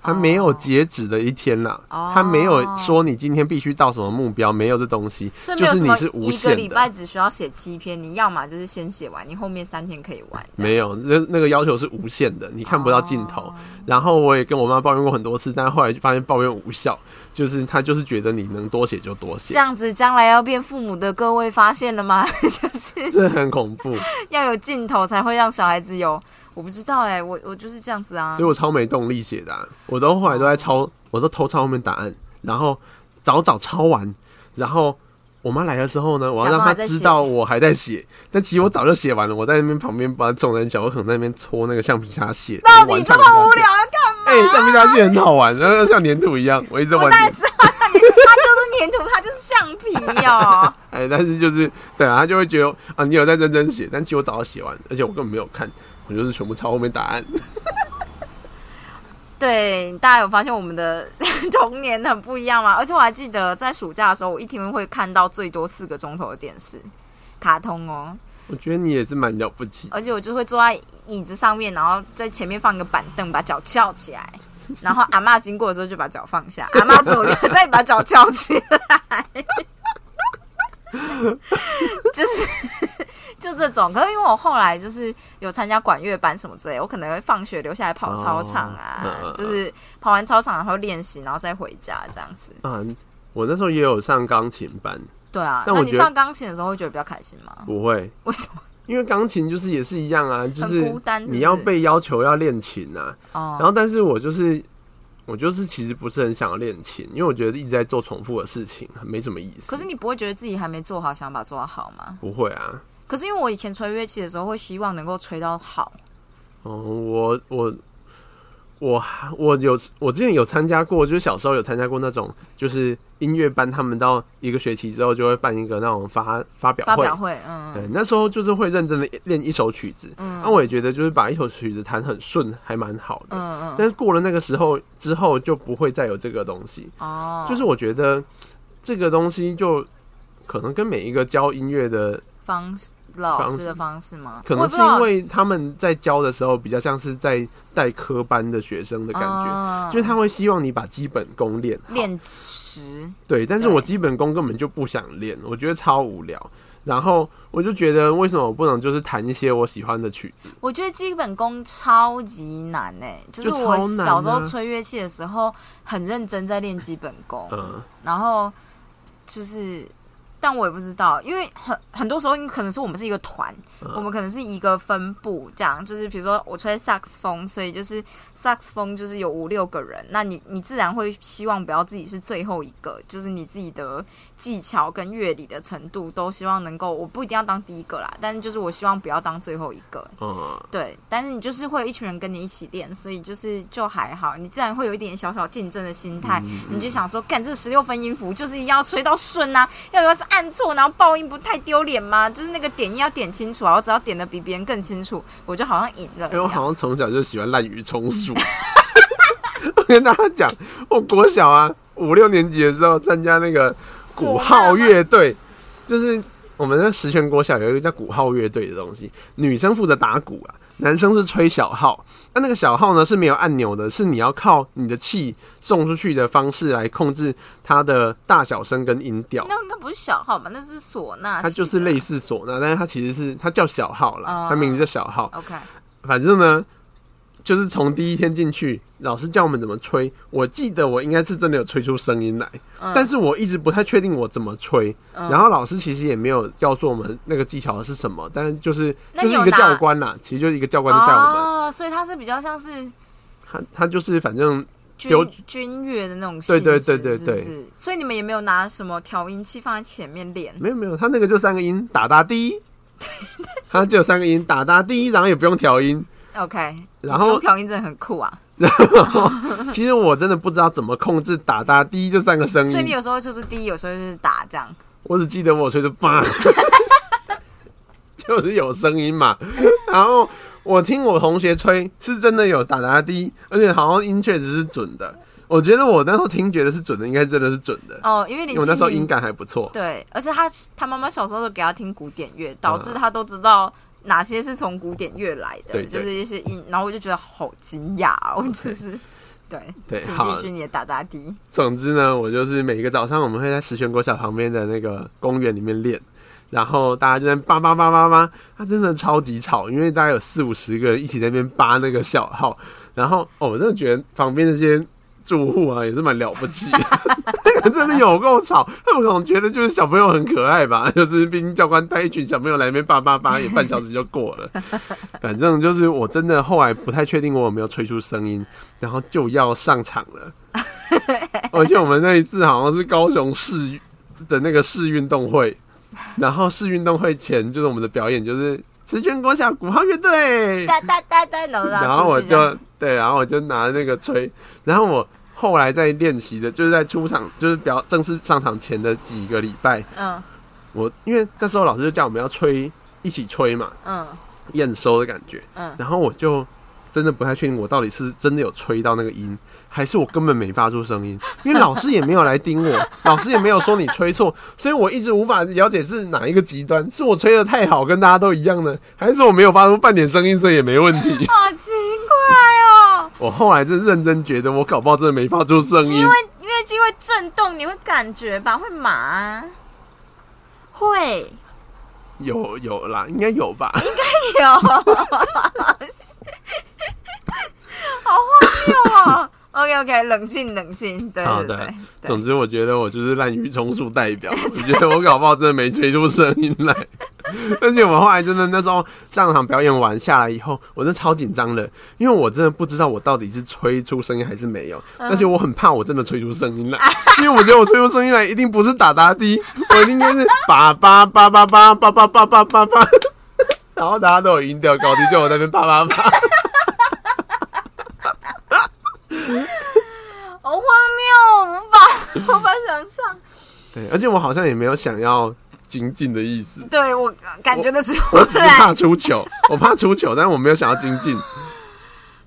Speaker 2: 它没有截止的一天啦，
Speaker 1: 哦
Speaker 2: 它没有说你今天必须到什么目标，没有这东西，
Speaker 1: 所以没
Speaker 2: 就
Speaker 1: 有
Speaker 2: 是
Speaker 1: 什
Speaker 2: 你
Speaker 1: 么
Speaker 2: 是无
Speaker 1: 一个
Speaker 2: 限
Speaker 1: 礼拜
Speaker 2: 的。
Speaker 1: 只需要写七篇，你要么就是先写完，你后面三天可以玩。这样
Speaker 2: 没有，那那个要求是无限的，你看不到尽
Speaker 1: 哦
Speaker 2: 头。然后我也跟我妈抱怨过很多次，但后来就发现抱怨无效，就是她就是觉得你能多写就多
Speaker 1: 这
Speaker 2: 写，
Speaker 1: 样子，将来要变父母的各位发现了吗？ 就是
Speaker 2: 这很恐怖。
Speaker 1: 要有尽头，才会让小孩子有。我不知道哎、我我就是这样子啊
Speaker 2: 所以。我超没动力写的、啊，我都后来都在抄，我都偷抄后面答案，然后早早抄完，然后我妈来的时候呢，我要让她知道我还在写，但其实我早就写完了，我在那边旁边把众人小，我可能在那边搓那个橡皮擦写，
Speaker 1: 到
Speaker 2: 玩
Speaker 1: 底这
Speaker 2: 橡皮擦
Speaker 1: 么无
Speaker 2: 屑
Speaker 1: 聊，要干嘛？
Speaker 2: 哎、橡皮擦屑很好玩，然后像粘土一样，我一直在
Speaker 1: 我
Speaker 2: 玩
Speaker 1: 大
Speaker 2: 粘
Speaker 1: 概
Speaker 2: 土。
Speaker 1: 知道它粘，它就是粘土，它就是橡皮 哦。
Speaker 2: 哎、但是就是对啊，她就会觉得啊，你有在认真写，但其实我早就写完，而且我根本没有看，我就是全部抄后面答案。
Speaker 1: 对，大家有发现我们的 童年很不一样吗？而且我还记得在暑假的时候，我一天会看到最多四个钟头的电视，卡通哦。
Speaker 2: 我觉得你也是蛮了不起的，
Speaker 1: 而且我就会坐在椅子上面，然后在前面放一个板凳，把脚翘起来。然后阿嬷经过的时候就把脚放下，阿嬷走就再把脚翘起来，就是就这种。可是因为我后来就是有参加管乐班什么之类，我可能会放学留下来跑操场啊，
Speaker 2: 哦嗯嗯嗯
Speaker 1: 就是跑完操场然后练习，然后再回家这样子。
Speaker 2: 啊，我那时候也有上钢琴班，
Speaker 1: 对啊，
Speaker 2: 但
Speaker 1: 那
Speaker 2: 我
Speaker 1: 你
Speaker 2: 觉得
Speaker 1: 上钢琴的时候会觉得比较开心吗？
Speaker 2: 不会，
Speaker 1: 为什么？
Speaker 2: 因为钢琴就是也是一样啊，就
Speaker 1: 很
Speaker 2: 是
Speaker 1: 孤单是不是
Speaker 2: 你要被要求要练琴啊。然
Speaker 1: 哦，
Speaker 2: 后，但是我就是我就是其实不是很想要练琴，因为我觉得一直在做重复的事情，没什么意思。
Speaker 1: 可是你不会觉得自己还没做好，想要把它做好吗？
Speaker 2: 不会啊，
Speaker 1: 可是因为我以前吹乐器的时候，会希望能够吹到好，
Speaker 2: 哦，我我我我有我之前有参加过，就是小时候有参加过那种就是音乐班，他们到一个学期之后就会办一个那种发发表
Speaker 1: 发
Speaker 2: 会
Speaker 1: 表。会，嗯，
Speaker 2: 对，那时候就是会认真的练一首曲子，
Speaker 1: 嗯
Speaker 2: 那、我也觉得就是把一首曲子弹很顺，还蛮好的。
Speaker 1: 嗯嗯，
Speaker 2: 但是过了那个时候之后，就不会再有这个东西。
Speaker 1: 哦，
Speaker 2: 就是我觉得这个东西就可能跟每一个教音乐的，
Speaker 1: 方式老
Speaker 2: 方
Speaker 1: 师
Speaker 2: 式
Speaker 1: 的方式吗？
Speaker 2: 可
Speaker 1: 我
Speaker 2: 能
Speaker 1: 也不
Speaker 2: 是
Speaker 1: 知道
Speaker 2: 因为他们在教的时候比较像是在带科班的学生的感觉，
Speaker 1: 嗯
Speaker 2: 就是他会希望你把基本功练好。
Speaker 1: 练实，
Speaker 2: 对，但是
Speaker 1: 对
Speaker 2: 我基本功根本就不想练，我觉得超无聊。然后我就觉得为什么我不能就是弹一些我喜欢的曲子？
Speaker 1: 我觉得基本功超级难诶、就是
Speaker 2: 就超
Speaker 1: 我
Speaker 2: 难
Speaker 1: 小时候
Speaker 2: 啊
Speaker 1: 吹乐器的时候，很认真在练基本功，
Speaker 2: 嗯，
Speaker 1: 然后就是，但我也不知道，因为很很多时候，因为可能是我们是一个团，
Speaker 2: 嗯
Speaker 1: 我们可能是一个分部，这样就是比如说我吹萨克斯风，所以就是萨克斯风就是有五六个人，那你你自然会希望不要自己是最后一个，就是你自己的技巧跟乐理的程度都希望能够，我不一定要当第一个啦，但是就是我希望不要当最后一个，
Speaker 2: 嗯，
Speaker 1: 对，但是你就是会有一群人跟你一起练，所以就是就还好，你自然会有一点小小竞争的心态，
Speaker 2: 嗯
Speaker 1: 你就想说，干这十六分音符就是要吹到顺啊，要不要是按错，然后爆音不太丢脸吗？就是那个点音要点清楚啊，我只要点的比别人更清楚，我就好像赢了一
Speaker 2: 因为我
Speaker 1: 样。
Speaker 2: 哎好像从小就喜欢滥竽充数。 我跟大家讲，我国小啊五六年级的时候参加那个鼓号乐队，就是我们那石泉国小有一个叫鼓号乐队的东西，女生负责打鼓啊，男生是吹小号。那那个小号呢是没有按钮的，是你要靠你的气送出去的方式来控制它的大小声跟音调。
Speaker 1: 那应该不是小号吧？那是唢呐系的，哦
Speaker 2: 它就是类似唢呐，但是它其实是它叫小号啦，它名字叫小号。
Speaker 1: OK，
Speaker 2: 反正呢，就是从第一天进去，老师教我们怎么吹。我记得我应该是真的有吹出声音来，
Speaker 1: 嗯
Speaker 2: 但是我一直不太确定我怎么吹。
Speaker 1: 嗯
Speaker 2: 然后老师其实也没有告诉我们那个技巧是什么，但就是
Speaker 1: 那
Speaker 2: 就
Speaker 1: 你
Speaker 2: 是
Speaker 1: 有
Speaker 2: 一个
Speaker 1: 拿
Speaker 2: 教官啦，其实就是一个教官就带我们。
Speaker 1: 哦，所以它是比较像是
Speaker 2: 他他就是反正有
Speaker 1: 军军乐的那种性
Speaker 2: 对
Speaker 1: 质，
Speaker 2: 对对对
Speaker 1: 是不是？所以你们也没有拿什么调音器放在前面练。
Speaker 2: 没有没有，他那个就三个音打打 滴，他就有三个音打打滴，然后也不用调音。
Speaker 1: OK，
Speaker 2: 然后
Speaker 1: 用调音真的很酷啊，嗯
Speaker 2: 其实我真的不知道怎么控制打打滴这三个声音，
Speaker 1: 所以你有时候会就是低，有时候就是打这样。
Speaker 2: 我只记得我吹的吧，就是有声音嘛。然后我听我同学吹，是真的有打打的滴，而且好像音确实是准的。我觉得我那时候听觉得是准的，应该真的是准的，
Speaker 1: 哦，因为
Speaker 2: 因
Speaker 1: 林
Speaker 2: 为我那时候
Speaker 1: 志
Speaker 2: 音
Speaker 1: 颖
Speaker 2: 感还不错。
Speaker 1: 对，而且他他妈妈小时候都给他听古典乐，导致他都知道哪些是从古典乐来的，
Speaker 2: 对对
Speaker 1: 就是一些音，然后我就觉得好惊讶哦，就是对，
Speaker 2: 对
Speaker 1: 请
Speaker 2: 好
Speaker 1: 继续你的打打的，
Speaker 2: 总之呢，我就是每个早上我们会在石泉国小旁边的那个公园里面练，然后大家就在叭叭叭叭叭，它真的超级吵，因为大概有四五十个人一起在那边扒那个小号，然后哦，我真的觉得旁边那些住户啊也是蛮了不起 的，这个真的有够吵，但我总觉得就是小朋友很可爱吧， 就是毕竟教官带一群小朋友来那边叭叭叭，也半小时就过了， 反正就是我真的后来不太确定我有没有吹出声音，然后就要上场了。而且我们那一次好像是高雄市的那个市运动会，然后市运动会前就是我们的表演，就是石泉国小鼓号乐队，
Speaker 1: 哒哒哒哒，然后让
Speaker 2: 然
Speaker 1: 他
Speaker 2: 后我
Speaker 1: 出去这样
Speaker 2: 就对，然后我就拿那个吹，然后我后来在练习的，就是在出场，就是表正式上场前的几个礼拜，
Speaker 1: 嗯
Speaker 2: 我因为那时候老师就叫我们要吹，一起吹嘛，
Speaker 1: 嗯
Speaker 2: 验收的感觉，
Speaker 1: 嗯，。
Speaker 2: 然后我就真的不太确定我到底是真的有吹到那个音，还是我根本没发出声音，因为老师也没有来盯我，老师也没有说你吹错，所以我一直无法了解是哪一个极端，是我吹的太好跟大家都一样呢，还是我没有发出半点声音，所以也没问题
Speaker 1: 好奇怪哦，
Speaker 2: 我后来就认真觉得我搞不好真的没发出声音
Speaker 1: 因为，乐器会震动，你会感觉吧，会麻啊、会。
Speaker 2: 有有啦，应该有吧。
Speaker 1: 有， 好荒谬哦。OK OK，冷静冷静，对
Speaker 2: 好
Speaker 1: 对
Speaker 2: 的
Speaker 1: 对
Speaker 2: 总
Speaker 1: 对，
Speaker 2: 之，我觉得我就是滥竽充数代表。我觉得我搞不好真的没吹出声音来，而且我后来真的那时候上场表演完下来以后，我真的超紧张的，因为我真的不知道我到底是吹出声音还是没有，而且我很怕我真的吹出声音来，因为我觉得我吹出声音来一定不是打打的，我一定就是叭叭叭叭叭叭叭叭叭叭叭，然后大家都有音调高低，就我在那边叭叭叭。
Speaker 1: 好荒谬哦，无法无法想象。
Speaker 2: 对，而且我好像也没有想要精进的 意思。
Speaker 1: 对我感觉得出
Speaker 2: 我只是
Speaker 1: 来
Speaker 2: 怕。出糗，我怕出糗，但是我没有想要精进。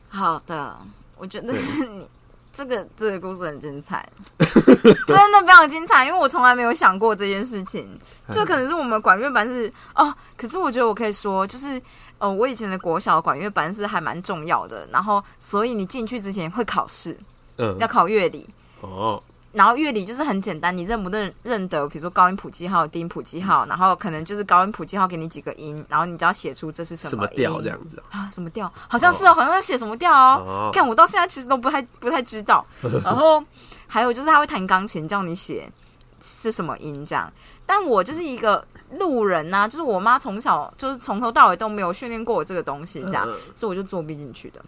Speaker 1: 好的，我觉得 你这个这个故事很精 彩，真的非常精彩，因为我从来没有想过这件事情。
Speaker 2: 嗯
Speaker 1: 就可能是我们管乐班是哦，可是我觉得我可以说，就是呃，我以前的国小管乐班是还蛮重要的，然后所以你进去之前会考试，
Speaker 2: 嗯
Speaker 1: 要，考乐理。
Speaker 2: 哦，
Speaker 1: 然后乐理就是很简单，你认不认认得，比如说高音谱记号、低音谱记
Speaker 2: 嗯
Speaker 1: 号，然后可能就是高音谱记号给你几个音，然后你就要写出这是什
Speaker 2: 什
Speaker 1: 么
Speaker 2: 么
Speaker 1: 音
Speaker 2: 调这样子啊？
Speaker 1: 啊，什么调？好像是哦，好像要写什么调哦
Speaker 2: 哦。
Speaker 1: 看、我到现在其实都不太不太知 道。然后还有就是他会弹钢琴，叫你写是什么音这样。但我就是一个路人呐、就是我妈从小就是从头到尾都没有训练过我这个东西，这样，
Speaker 2: 嗯
Speaker 1: 所以我就作弊进去的，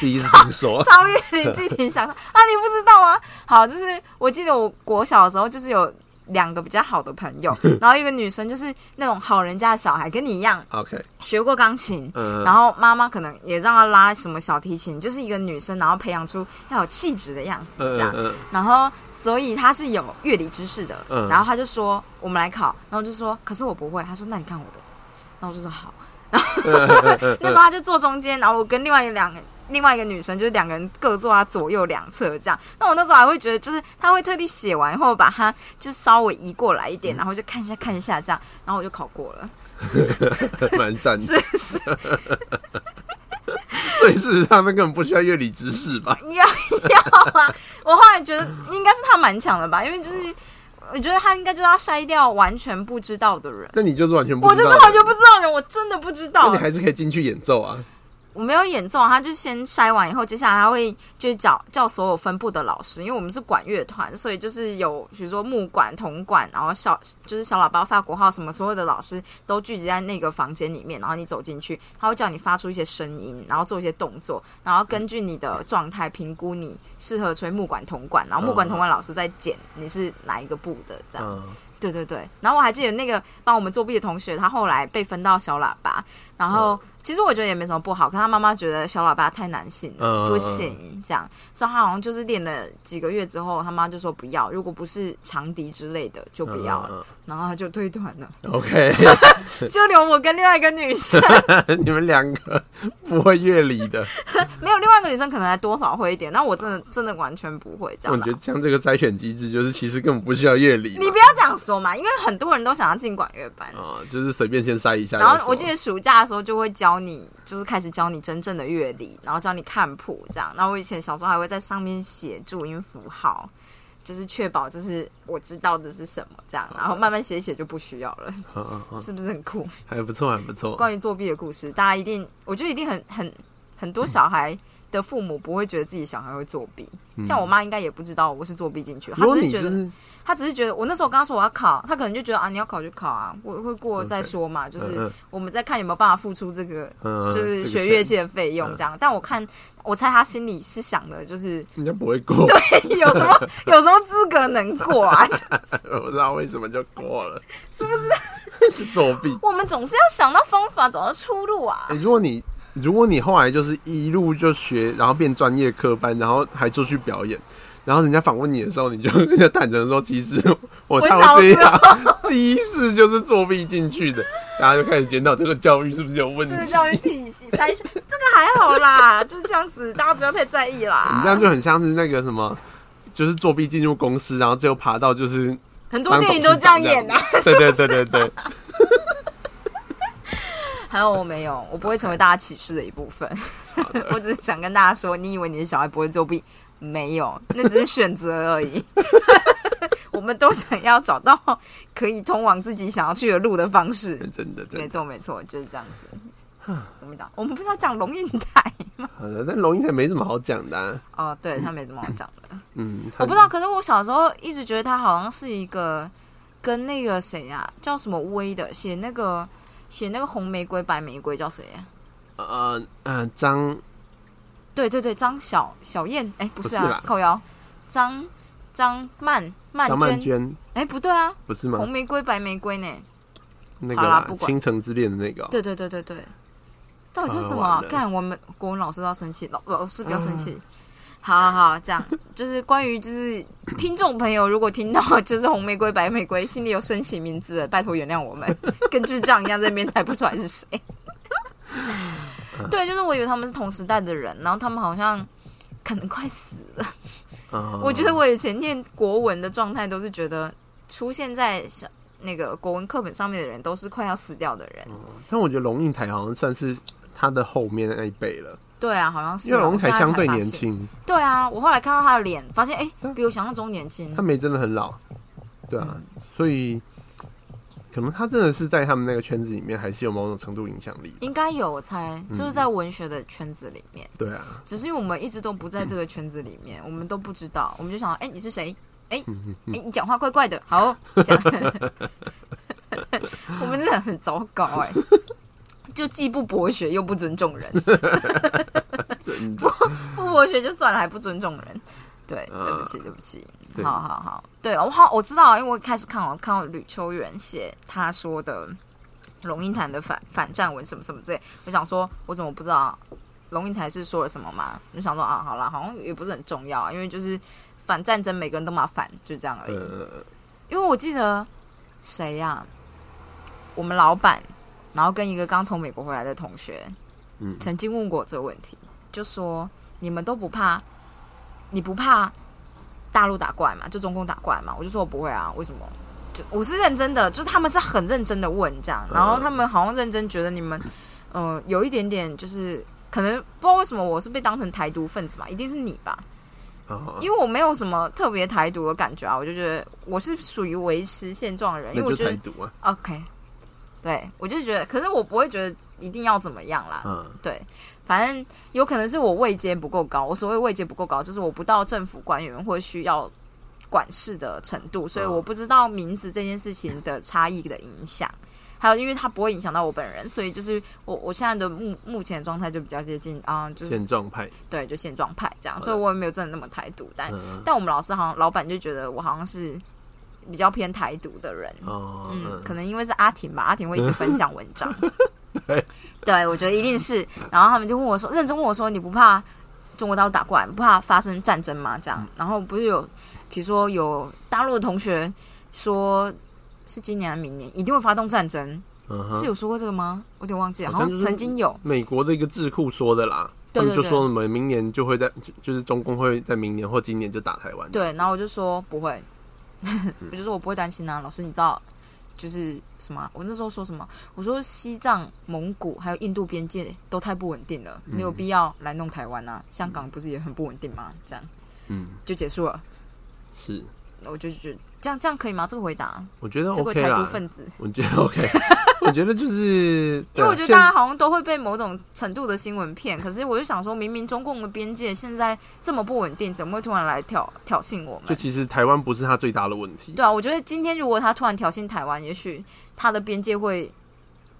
Speaker 2: 第一次听说，
Speaker 1: 超越林具体想象啊，你不知道 吗？好，就是我记得我国小的时候就是有。两个比较好的朋 友，然后一个女生就是那种好人家的小孩，跟你一样
Speaker 2: OK，
Speaker 1: 学过钢琴，
Speaker 2: 嗯，
Speaker 1: 然后妈妈可能也让她拉什么小提琴，就是一个女生，然后培养出要有气质的样子这
Speaker 2: 嗯
Speaker 1: 样。
Speaker 2: 嗯
Speaker 1: 然后所以她是有乐理知识的。
Speaker 2: 嗯
Speaker 1: 然后她就说我们来考，然后我就说可是我不会，她说那你看我的，然后我就说好。
Speaker 2: 嗯
Speaker 1: 然后 那时候她就坐中间，然后我跟另外两个。另外一个女生就是两个人各坐她啊左右两侧这样，那我那时候还会觉得，就是她会特地写完以后把它就稍微移过来一点，然后就看一下看一下这样，然后我就考过了，
Speaker 2: 嗯，蛮赞的。
Speaker 1: 是不是
Speaker 2: 所以事实上，那根本不需要乐理知识吧？
Speaker 1: 要要啊！我后来觉得应该是他蛮强的吧，因为就是我觉得他应该就是要筛掉完全不知道的人。
Speaker 2: 那你就是完全不
Speaker 1: 我就
Speaker 2: 知
Speaker 1: 是
Speaker 2: 道的，
Speaker 1: 完全不知道的人，我真的不知道
Speaker 2: 那你。还是可以进去演奏啊。
Speaker 1: 我没有演奏，他就先筛完以后，接下来他会就找叫所有分部的老师，因为我们是管乐团，所以就是有比如说木管、铜管，然后小就是小喇叭、法国号什么，所有的老师都聚集在那个房间里面，然后你走进去，他会叫你发出一些声音，然后做一些动作，然后根据你的状态评估你适合吹木管、铜管，然后木管、
Speaker 2: 嗯
Speaker 1: 铜管老师再剪你是哪一个部的这样。
Speaker 2: 嗯，
Speaker 1: 对对对，然后我还记得那个帮我们作弊的同学，他后来被分到小喇叭，然后、
Speaker 2: 嗯
Speaker 1: 其实我觉得也没什么不好，可他妈妈觉得小喇叭太难信了，
Speaker 2: 嗯
Speaker 1: 不行这样，所以他好像就是练了几个月之后，他妈就说不要，如果不是长笛之类的就不要了，
Speaker 2: 嗯
Speaker 1: 然后他就退团 了，
Speaker 2: 嗯嗯 OK，
Speaker 1: 就留我跟另外一个女 生，
Speaker 2: 你们两个不会乐理的，
Speaker 1: 没有另外一个女生可能还多少会一点，那我真的真的完全不会这
Speaker 2: 我
Speaker 1: 样啦
Speaker 2: 觉。得像这个筛选机制，就是其实根本不需要乐理嘛
Speaker 1: 你不要这样说嘛，因为很多人都想要进管乐班，
Speaker 2: 啊、就是随便先筛一下。
Speaker 1: 然后我记
Speaker 2: 再
Speaker 1: 得暑假的时候就会教你，就是开始教你真正的乐理，然后教你看谱这样。然后我以前小时候还会在上面写注音符号，就是确保就是我知道的是什么这样。然后慢慢写一写就不需要了，
Speaker 2: 说，嗯嗯 嗯
Speaker 1: 是不是很酷？
Speaker 2: 还不错，还不错。
Speaker 1: 关于作弊的故事，大家一定，我觉得一定很很很多小孩的父母不会觉得自己小孩会作弊，像我妈应该也不知道我是作弊进去，她
Speaker 2: 嗯如果
Speaker 1: 只是
Speaker 2: 你
Speaker 1: 觉得。
Speaker 2: 就是
Speaker 1: 他只是觉得我那时候跟他说我要考，他可能就觉得啊你要考就考啊，我会过再说嘛就
Speaker 2: 嗯
Speaker 1: 是
Speaker 2: 嗯
Speaker 1: 我们再看有没有办法付出这个
Speaker 2: 嗯，
Speaker 1: 就是
Speaker 2: 这个
Speaker 1: 学乐
Speaker 2: 钱
Speaker 1: 器的
Speaker 2: 嗯
Speaker 1: 费用这样。但我看我猜他心里是想的，就是
Speaker 2: 人家不会过，
Speaker 1: 有什么有什么资格能过 啊？就
Speaker 2: 我不知道为什么就过了， 是不是？是作弊。
Speaker 1: 我们总是要想到方法，找到出路啊
Speaker 2: 欸。如果你如果你后来就是一路就学，然后变专业科班，然后还出去表演，然后人家访问你的时候，你就 人家坦诚说，其实我
Speaker 1: 我
Speaker 2: 他
Speaker 1: 小
Speaker 2: 妈这
Speaker 1: 时
Speaker 2: 样第一次就是作弊进去的，大家就开始检讨这个教育是不是有问题
Speaker 1: 这。个教育体系筛选，这个还好啦，就是这样子，大家不要太在意
Speaker 2: 你这样
Speaker 1: 啦。
Speaker 2: 就很像是那个什么，就是作弊进入公司，然后最后爬到就是
Speaker 1: 很多
Speaker 2: 当
Speaker 1: 电影
Speaker 2: 董
Speaker 1: 都
Speaker 2: 事
Speaker 1: 这样
Speaker 2: 长
Speaker 1: 演啊，
Speaker 2: 对对对对 对，
Speaker 1: 还有我没有，我不会成为大家歧视的一部分。 我只是想跟大家说，你以为你的小孩不会作弊？没有，那只是选择而已。我们都想要找到可以通往自己想要去的路的方式。
Speaker 2: 真的真
Speaker 1: 没
Speaker 2: 的。
Speaker 1: 错，没错，就是这样子。怎么讲？我们不是要讲龙应台 吗？
Speaker 2: 好的，但龙应台没什么好讲的、啊，
Speaker 1: 哦，对他没什么好讲的。
Speaker 2: 嗯，他
Speaker 1: 我不知道，可是我小时候一直觉得他好像是一个跟那个谁啊，叫什么威的，写那个写那个红玫瑰、白玫瑰叫谁啊？
Speaker 2: 呃呃，张
Speaker 1: 对对对，张小小燕，哎、不是
Speaker 2: 不是
Speaker 1: 啊
Speaker 2: 啦，
Speaker 1: 靠腰，张张曼曼
Speaker 2: 张曼
Speaker 1: 娟，
Speaker 2: 娟哦
Speaker 1: 哎、不对啊，
Speaker 2: 不是吗？
Speaker 1: 红玫瑰白玫瑰呢？
Speaker 2: 那
Speaker 1: 好
Speaker 2: 个
Speaker 1: 啦
Speaker 2: 啦
Speaker 1: 不，管
Speaker 2: 倾城之恋的那个哦、
Speaker 1: 对对对对对，到底叫什么
Speaker 2: 啊
Speaker 1: 啊
Speaker 2: 完？了嗯
Speaker 1: 干，我们国文老师都要生气，老老师不要生气。好好好，这样 就是关于就是听众朋友，如果听到就是红玫瑰、白玫瑰，心里有升起名字的，拜托原谅我 们，跟智障一样在那边猜不出来是谁。
Speaker 2: 嗯
Speaker 1: 对，就是我以为他们是同时代的人，然后他们好像可能快死了。
Speaker 2: 啊
Speaker 1: 我觉得我以前念国文的状态都是觉得出现在小那个国文课本上面的人都是快要死掉的人。
Speaker 2: 但我觉得龙应台好像算是他的后面那一辈了，
Speaker 1: 对啊，好像是
Speaker 2: 因为龙应
Speaker 1: 我现在
Speaker 2: 台相对
Speaker 1: 才发
Speaker 2: 年
Speaker 1: 现。
Speaker 2: 轻，啊
Speaker 1: 对啊，我后来看到他的脸，发现哎、比我想象中年轻
Speaker 2: 他。没真的很老，对啊，
Speaker 1: 嗯
Speaker 2: 所以可能他真的是在他们那个圈子里面还是有某种程度影响力，
Speaker 1: 应该有，我猜
Speaker 2: 嗯
Speaker 1: 就是在文学的圈子里面，
Speaker 2: 对啊，
Speaker 1: 只是因为我们一直都不在这个圈子里面，我们都不知道，我们就想，哎、你是谁？
Speaker 2: 嗯
Speaker 1: 哎、你讲话怪怪的， 好，这样， 我们真的很糟糕哎、就既不博学又不尊重人，
Speaker 2: 真的，
Speaker 1: 不博学就算了，还不尊重人。对，
Speaker 2: 嗯
Speaker 1: 对不起，对不起。
Speaker 2: 对
Speaker 1: 好好好，对，我好我知道，因为我一开始看我看到吕秋元写他说的龙应台的反反战文什么什么之类，我想说，我怎么不知道龙应台是说了什么嘛？我就想说啊，好啦，好像也不是很重要啊，因为就是反战争，每个人都嘛反，就这样而已。
Speaker 2: 呃，
Speaker 1: 因为我记得谁呀、我们老板，然后跟一个刚从美国回来的同学，
Speaker 2: 嗯
Speaker 1: 曾经问过我这个问题，就说你们都不怕，你不怕大陆打过来嘛？就中共打过来嘛？我就说我不会啊，为什么？就我是认真的，就是他们是很认真的问这
Speaker 2: 嗯
Speaker 1: 样，然后他们好像认真觉得你们，呃，有一点点就是可能不知道为什么我是被当成台独分子嘛，一定是你吧？
Speaker 2: 啊，
Speaker 1: 因为我没有什么特别台独的感觉啊，我就觉得我是属于维持现状的人，因
Speaker 2: 那
Speaker 1: 为我
Speaker 2: 就
Speaker 1: 觉得
Speaker 2: 台独啊，
Speaker 1: OK，对我就觉得，可是我不会觉得一定要怎么样啦。
Speaker 2: 嗯
Speaker 1: 对，反正有可能是我位阶不够高，我所谓位阶不够高，就是我不到政府官员或需要管事的程度，所以
Speaker 2: 嗯
Speaker 1: 我不知道名字这件事情的差异的影响。还有，因为它不会影响到我本人，所以就是我我现在的目目前的状态就比较接近啊、就是
Speaker 2: 嗯现状派，
Speaker 1: 对，就现状派这样，
Speaker 2: 的
Speaker 1: 哎所以我也没有真的那么台独，但
Speaker 2: 嗯
Speaker 1: 但我们老师好像老板就觉得我好像是比较偏台独的人。
Speaker 2: 哦，
Speaker 1: 嗯
Speaker 2: 嗯，，
Speaker 1: 可能因为是阿婷吧，阿婷会一直分享文章。
Speaker 2: 对，
Speaker 1: 对我觉得一定是。然后他们就问我说，认真问我说，你不怕中国大陆打过来，不怕发生战争吗？
Speaker 2: 嗯
Speaker 1: 这样，然后不是有，比如说有大陆的同学说，是今年还是明年一定会发动战争，
Speaker 2: 嗯
Speaker 1: 是
Speaker 2: 哼，
Speaker 1: 有说过这个吗？我有点忘记了，
Speaker 2: 好
Speaker 1: 好
Speaker 2: 像
Speaker 1: 像
Speaker 2: 就是
Speaker 1: 曾经有。
Speaker 2: 美国的一个智库说的啦，
Speaker 1: 对
Speaker 2: 他们
Speaker 1: 对
Speaker 2: 就
Speaker 1: 对
Speaker 2: 说什么明年就会在，就就是中共会在明年或今年就打台湾。，
Speaker 1: 对，然后我就说不会，
Speaker 2: 嗯
Speaker 1: 我就说我不会担心啊，老师，你知道就是什么啊、我那时候说什么？我说西藏、蒙古还有印度边界都太不稳定了，
Speaker 2: 嗯
Speaker 1: 没有必要来弄台湾啊。香港不是也很不稳定吗？这样
Speaker 2: 嗯，
Speaker 1: 就结束了。
Speaker 2: 是，
Speaker 1: 我就觉得这样这样可以吗？这么回答，
Speaker 2: 我觉得
Speaker 1: 这个
Speaker 2: OK
Speaker 1: 台独
Speaker 2: 啦，
Speaker 1: 分子，
Speaker 2: 我觉得 OK，我觉得就是，
Speaker 1: 因
Speaker 2: 对
Speaker 1: 为
Speaker 2: 啊
Speaker 1: 我觉得
Speaker 2: 现
Speaker 1: 大家好像都会被某种程度的新闻骗。可是我就想说，明明中共的边界现在这么不稳定，怎么会突然来挑挑衅我们？
Speaker 2: 就其实台湾不是他最大的问题。
Speaker 1: 对啊，我觉得今天如果他突然挑衅台湾，也许他的边界会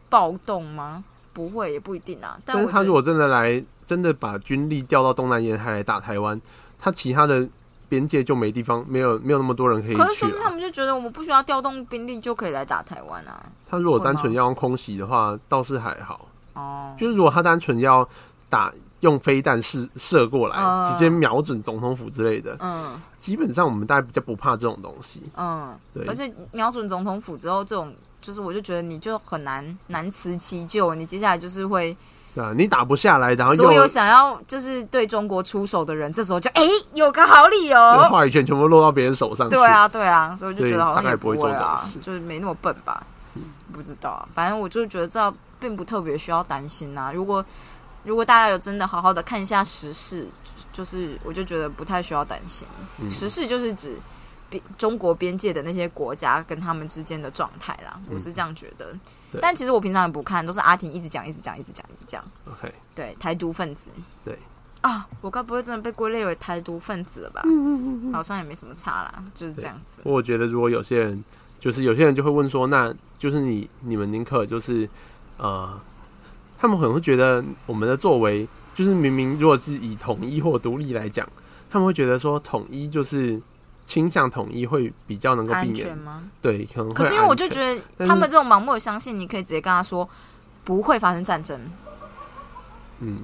Speaker 1: 暴动吗？不会，也不一定啊。但
Speaker 2: 但
Speaker 1: 我
Speaker 2: 是他
Speaker 1: 觉得
Speaker 2: 如果真的来，真的把军力调到东南沿海来打台湾，他其他的边界就没地方，没有没有那么多人可以
Speaker 1: 可是
Speaker 2: 去啊
Speaker 1: 说明
Speaker 2: 了、
Speaker 1: 他们就觉得我们不需要调动兵力就可以来打台湾啊。
Speaker 2: 他如果单
Speaker 1: 会
Speaker 2: 纯
Speaker 1: 吗
Speaker 2: 要用空袭的话，倒是还好。
Speaker 1: 哦，
Speaker 2: 就是如果他单纯要打用飞弹射射过来，
Speaker 1: 嗯
Speaker 2: 直接瞄准总统府之类的，
Speaker 1: 嗯
Speaker 2: 基本上我们大家比较不怕这种东西。
Speaker 1: 嗯，
Speaker 2: 对
Speaker 1: 而，且瞄准总统府之后，这种就是我就觉得你就很难难辞其咎，你接下来就是会
Speaker 2: 对啊，你打不下来，然后又
Speaker 1: 所有想要就是对中国出手的人，这时候就哎、有个好理由，
Speaker 2: 又话语权全部落到别人手上去。
Speaker 1: 对，啊，对啊，所以我就觉得好
Speaker 2: 所以大
Speaker 1: 像
Speaker 2: 概
Speaker 1: 也
Speaker 2: 不会嗯做
Speaker 1: 会啊
Speaker 2: 这种事，
Speaker 1: 就是没那么笨吧，不知道啊、反正我就觉得这并不特别需要担心啊。如果如果大家有真的好好的看一下时事，就就是我就觉得不太需要担心。
Speaker 2: 嗯
Speaker 1: 时事就是指边中国边界的那些国家跟他们之间的状态啦，我是这样觉得。
Speaker 2: 嗯对
Speaker 1: 但其实我平常也不看，都是阿婷一直讲，一直讲，一直讲，一直讲。
Speaker 2: ，OK，
Speaker 1: 对，台独分子。
Speaker 2: 对。
Speaker 1: 啊，我该不会真的被归类为台独分子了吧？好像也没什么差啦，就是这样子。
Speaker 2: 我觉得如果有些人，就是有些人就会问说，那就是你你们宁可就是呃，他们可能会觉得我们的作为，就是明明如果是以统一或独立来讲，他们会觉得说统一就是倾向统一会比较能够避
Speaker 1: 安全
Speaker 2: 免，
Speaker 1: 吗？
Speaker 2: 对，可能会
Speaker 1: 可是因为我就
Speaker 2: 安全
Speaker 1: 觉得
Speaker 2: 但
Speaker 1: 他
Speaker 2: 是
Speaker 1: 们这种盲目的相信，你可以直接跟他说不会发生战争，
Speaker 2: 嗯，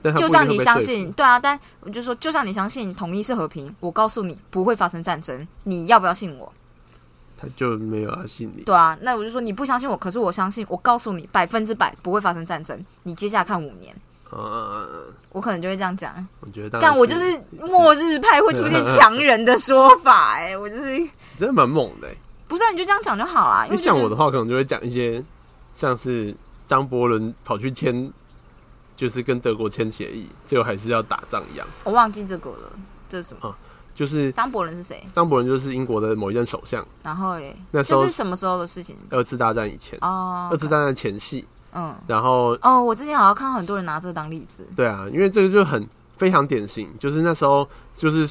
Speaker 2: 但他
Speaker 1: 就
Speaker 2: 不一
Speaker 1: 像
Speaker 2: 定会
Speaker 1: 你
Speaker 2: 被
Speaker 1: 相
Speaker 2: 说服
Speaker 1: 信，对啊，但我就说，就像你相信统一是和平，我告诉你不会发生战争，你要不要信我？
Speaker 2: 他就没有要信你。
Speaker 1: 对啊，那我就说你不相信我，可是我相信，我告诉你百分之百不会发生战争，你接下来看五年，
Speaker 2: 嗯嗯嗯，嗯
Speaker 1: 我可能就会这样讲。
Speaker 2: 我觉得当然
Speaker 1: 但我就是末日派会出现 强人的说法、哎，我就是
Speaker 2: 真的蛮猛的欸、
Speaker 1: 不是啊、你就这样讲就好啦。因
Speaker 2: 因为
Speaker 1: 为
Speaker 2: 像
Speaker 1: 就
Speaker 2: 我
Speaker 1: 是
Speaker 2: 的话，可能就会讲一些像是张伯伦跑去签，就是跟德国签协议，最后还是要打仗一样。
Speaker 1: 我忘记这个了，这是什么？
Speaker 2: 就是
Speaker 1: 张伯伦是谁？
Speaker 2: 张伯伦就是英国的某一任首相，
Speaker 1: 然后诶，
Speaker 2: 那时
Speaker 1: 这
Speaker 2: 候
Speaker 1: 是什么时候的事情？
Speaker 2: 二次大战以前，
Speaker 1: 哦，
Speaker 2: 二次大战前夕，
Speaker 1: 嗯，
Speaker 2: 然后
Speaker 1: 哦，我之前好像看到很多人拿这个当例子，
Speaker 2: 对啊，因为这个就很非常典型，就是那时候就是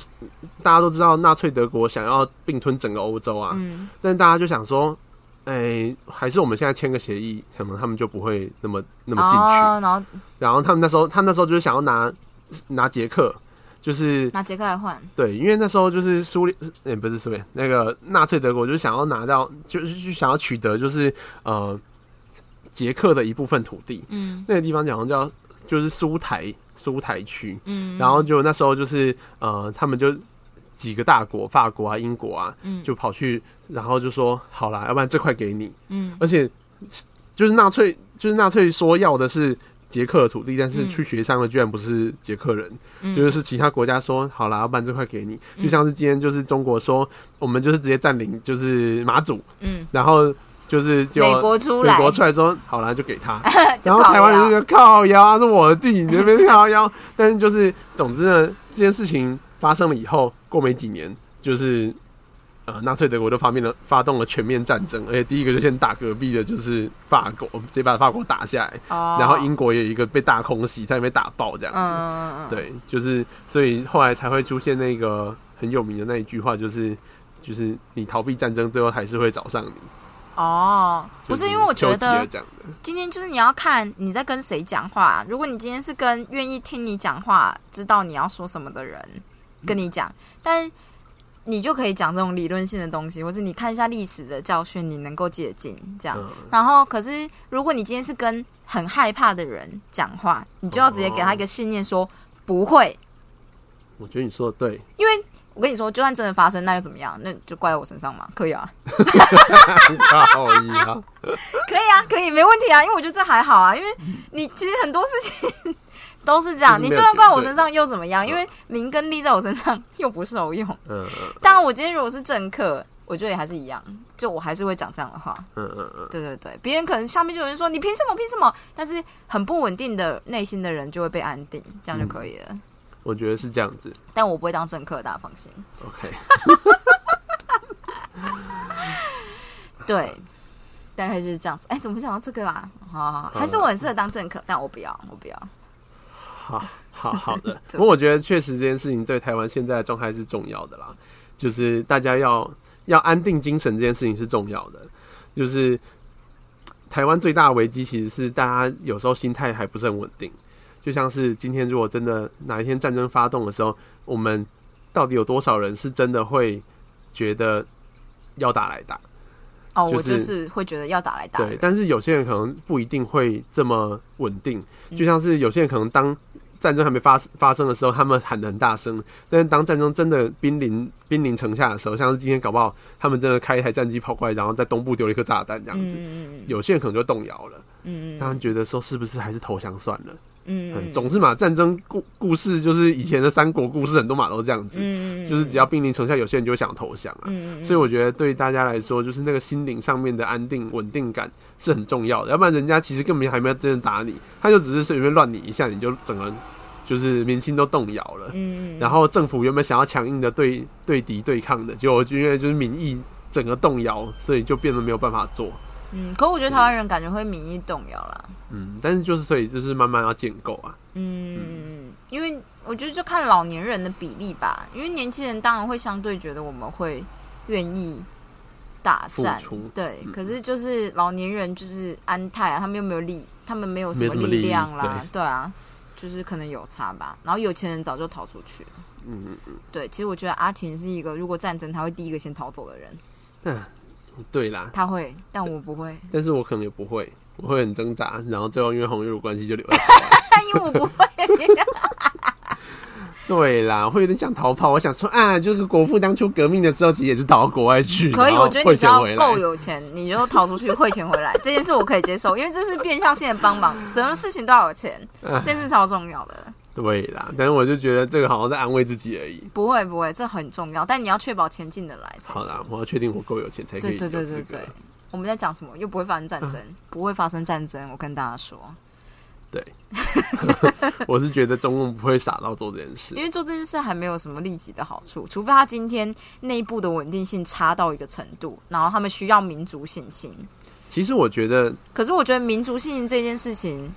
Speaker 2: 大家都知道纳粹德国想要并吞整个欧洲啊，
Speaker 1: 嗯，
Speaker 2: 但大家就想说，哎、还是我们现在签个协议，可能他们就不会那么那么进去。
Speaker 1: 哦，然后
Speaker 2: 然后他们那时候，他们那时候就是想要拿拿捷克，就是
Speaker 1: 拿杰克来换，
Speaker 2: 对，因为那时候就是苏联，也、不是苏联，那个纳粹德国就是想要拿到，就是就想要取得就是呃捷克的一部分土地，
Speaker 1: 嗯
Speaker 2: 那个地方好像叫就是苏台苏台区，
Speaker 1: 嗯，
Speaker 2: 然后就那时候就是呃他们就几个大国，法国啊、英国啊，
Speaker 1: 嗯
Speaker 2: 就跑去，然后就说好啦，要不然这块给你，
Speaker 1: 嗯
Speaker 2: 而且就是纳粹，就是纳粹说要的是捷克的土地，但是
Speaker 1: 嗯
Speaker 2: 去协商的居然不是捷克人，
Speaker 1: 嗯
Speaker 2: 就是是其他国家说好啦，要办这块给你。
Speaker 1: 嗯
Speaker 2: 就像是今天就是中国说，我们就是直接占领就是马祖，
Speaker 1: 嗯，
Speaker 2: 然后就是就
Speaker 1: 美国出来
Speaker 2: 美，国出来说好啦，就给他。
Speaker 1: 就
Speaker 2: 然后
Speaker 1: 靠
Speaker 2: 台湾人
Speaker 1: 腰
Speaker 2: 就觉得靠腰啊，是我的地，你那边靠腰。但是就是，总之呢，这件事情发生了以后，过没几年，就是呃，纳粹德国就发明了发动了全面战争，而且第一个就先打隔壁的就是法国，直接把法国打下来，
Speaker 1: 哦，
Speaker 2: 然后英国也有一个被大空袭，在那边打爆这样
Speaker 1: 嗯
Speaker 2: 子。
Speaker 1: 嗯嗯，嗯，
Speaker 2: 对，就是所以后来才会出现那个很有名的那一句话，就是就是你逃避战争，最后还是会找上你。
Speaker 1: 哦，不是
Speaker 2: 就
Speaker 1: 因为我觉
Speaker 2: 丘吉尔
Speaker 1: 得
Speaker 2: 讲的，
Speaker 1: 今天就是你要看你在跟谁讲话。如果你今天是跟愿意听你讲话、知道你要说什么的人跟你讲，但你就可以讲这种理论性的东西，或是你看一下历史的教训，你能够借鉴这样。
Speaker 2: 嗯
Speaker 1: 然后，可是如果你今天是跟很害怕的人讲话，你就要直接给他一个信念说不会。
Speaker 2: 我觉得你说的对，
Speaker 1: 因为我跟你说，就算真的发生，那又怎么样？那就怪我身上嘛，可以啊，
Speaker 2: 靠呀，
Speaker 1: 可以啊，可以，没问题啊。因为我觉得这还好啊，因为你其实很多事情 都是这样，
Speaker 2: 就
Speaker 1: 你
Speaker 2: 是没有
Speaker 1: 就算怪我
Speaker 2: 绝对
Speaker 1: 身上又怎么样？
Speaker 2: 嗯
Speaker 1: 因为名跟利在我身上又不受用。
Speaker 2: 嗯
Speaker 1: 当然，我今天如果是政客，我觉得也还是一样，就我还是会讲这样的话。
Speaker 2: 嗯嗯嗯，
Speaker 1: 对对对，别人可能下面就有人说你凭什么凭什么，但是很不稳定的内心的人就会被安定，这样就可以了。
Speaker 2: 嗯我觉得是这样子。
Speaker 1: 但我不会当政客，大家放心。
Speaker 2: OK，
Speaker 1: 对，大概就是这样子。哎，怎么讲到这个啦？好好好，
Speaker 2: 嗯
Speaker 1: 还是我很适合当政客，但我不要，我不要。
Speaker 2: 好，好好的。
Speaker 1: 怎么
Speaker 2: 不过我觉得确实这件事情对台湾现在的状态是重要的啦，就是大家要要安定精神这件事情是重要的。就是台湾最大的危机其实是大家有时候心态还不是很稳定，就像是今天如果真的哪一天战争发动的时候，我们到底有多少人是真的会觉得要打来打？
Speaker 1: 哦，
Speaker 2: 就是
Speaker 1: 我就是会觉得要打来打
Speaker 2: 对
Speaker 1: 人，，
Speaker 2: 但是有些人可能不一定会这么稳定，
Speaker 1: 嗯
Speaker 2: 就像是有些人可能当战争还没发发生的时候，他们喊得很大声，但是当战争真的濒临濒临城下的时候，像是今天搞不好他们真的开一台战机跑过来，然后在东部丢了一颗炸弹这样子，
Speaker 1: 嗯嗯
Speaker 2: 有些人可能就动摇了，
Speaker 1: 嗯嗯
Speaker 2: 他们觉得说是不是还是投降算
Speaker 1: 嗯
Speaker 2: 了？嗯
Speaker 1: 嗯，
Speaker 2: 总之嘛，战争故故事就是以前的三国故事很多嘛都这样子，
Speaker 1: 嗯
Speaker 2: 就是只要濒临城下，有些人就会想投降啊。
Speaker 1: 嗯
Speaker 2: 所以我觉得对大家来说，就是那个心灵上面的安定、稳定感是很重要的。要不然人家其实根本还没有真的打你，他就只是随便乱你一下，你就整个就是民心都动摇了。
Speaker 1: 嗯
Speaker 2: 然后政府原本想要强硬的对对敌对抗的，结果就因为就是民意整个动摇，所以就变得没有办法做。
Speaker 1: 嗯，可我觉得台湾人感觉会民意动摇啦。
Speaker 2: 嗯，但是就是所以就是慢慢要建构啊。
Speaker 1: 嗯，因为我觉得就看老年人的比例吧，因为年轻人当然会相对觉得我们会愿意打
Speaker 2: 付
Speaker 1: 战
Speaker 2: 出，
Speaker 1: 对，
Speaker 2: 嗯
Speaker 1: 可是就是老年人就是安泰啊，他们又没有力，他们没有什
Speaker 2: 没什么
Speaker 1: 力量
Speaker 2: 力
Speaker 1: 啦，对啊，就是可能有差吧。然后有钱人早就逃出去了，
Speaker 2: 嗯，
Speaker 1: 对，其实我觉得阿田是一个如果战争他会第一个先逃走的人，
Speaker 2: 对啦，
Speaker 1: 他会，但我不会，
Speaker 2: 但是我可能也不会，我会很挣扎，然后最后因为红日关系就留在
Speaker 1: 但因为我不 会，
Speaker 2: 对啦，会有点想逃跑。我想说啊，就是国父当初革命的时候，其实也是逃到国外去，
Speaker 1: 可以，
Speaker 2: 然后
Speaker 1: 我觉得你只
Speaker 2: 汇
Speaker 1: 要
Speaker 2: 钱回来
Speaker 1: 够有钱，你就逃出去汇钱 回来，这件事我可以接受，因为这是变相性的帮忙，什么事情都要有 钱，
Speaker 2: 啊
Speaker 1: 这件事超重要的。
Speaker 2: 对啦，但是我就觉得这个好像在安慰自己而已。
Speaker 1: 不会不会，这很重要，但你要确保钱进得来才
Speaker 2: 好
Speaker 1: 行
Speaker 2: 啦。，我要确定我够有钱才可以
Speaker 1: 对对对
Speaker 2: 有资
Speaker 1: 对
Speaker 2: 格嗯
Speaker 1: 对，我们在讲什么？又不会发生战争，不会发生战争，我跟大家说，
Speaker 2: 我是觉得中共不会傻到做这件事
Speaker 1: 因。为做这件事还没有什么立即的好处，除非他今天内部的稳定性差到一个程度，然后他们需要民族信心。
Speaker 2: 其实我觉得，
Speaker 1: 可是我觉得民族信心这件事情，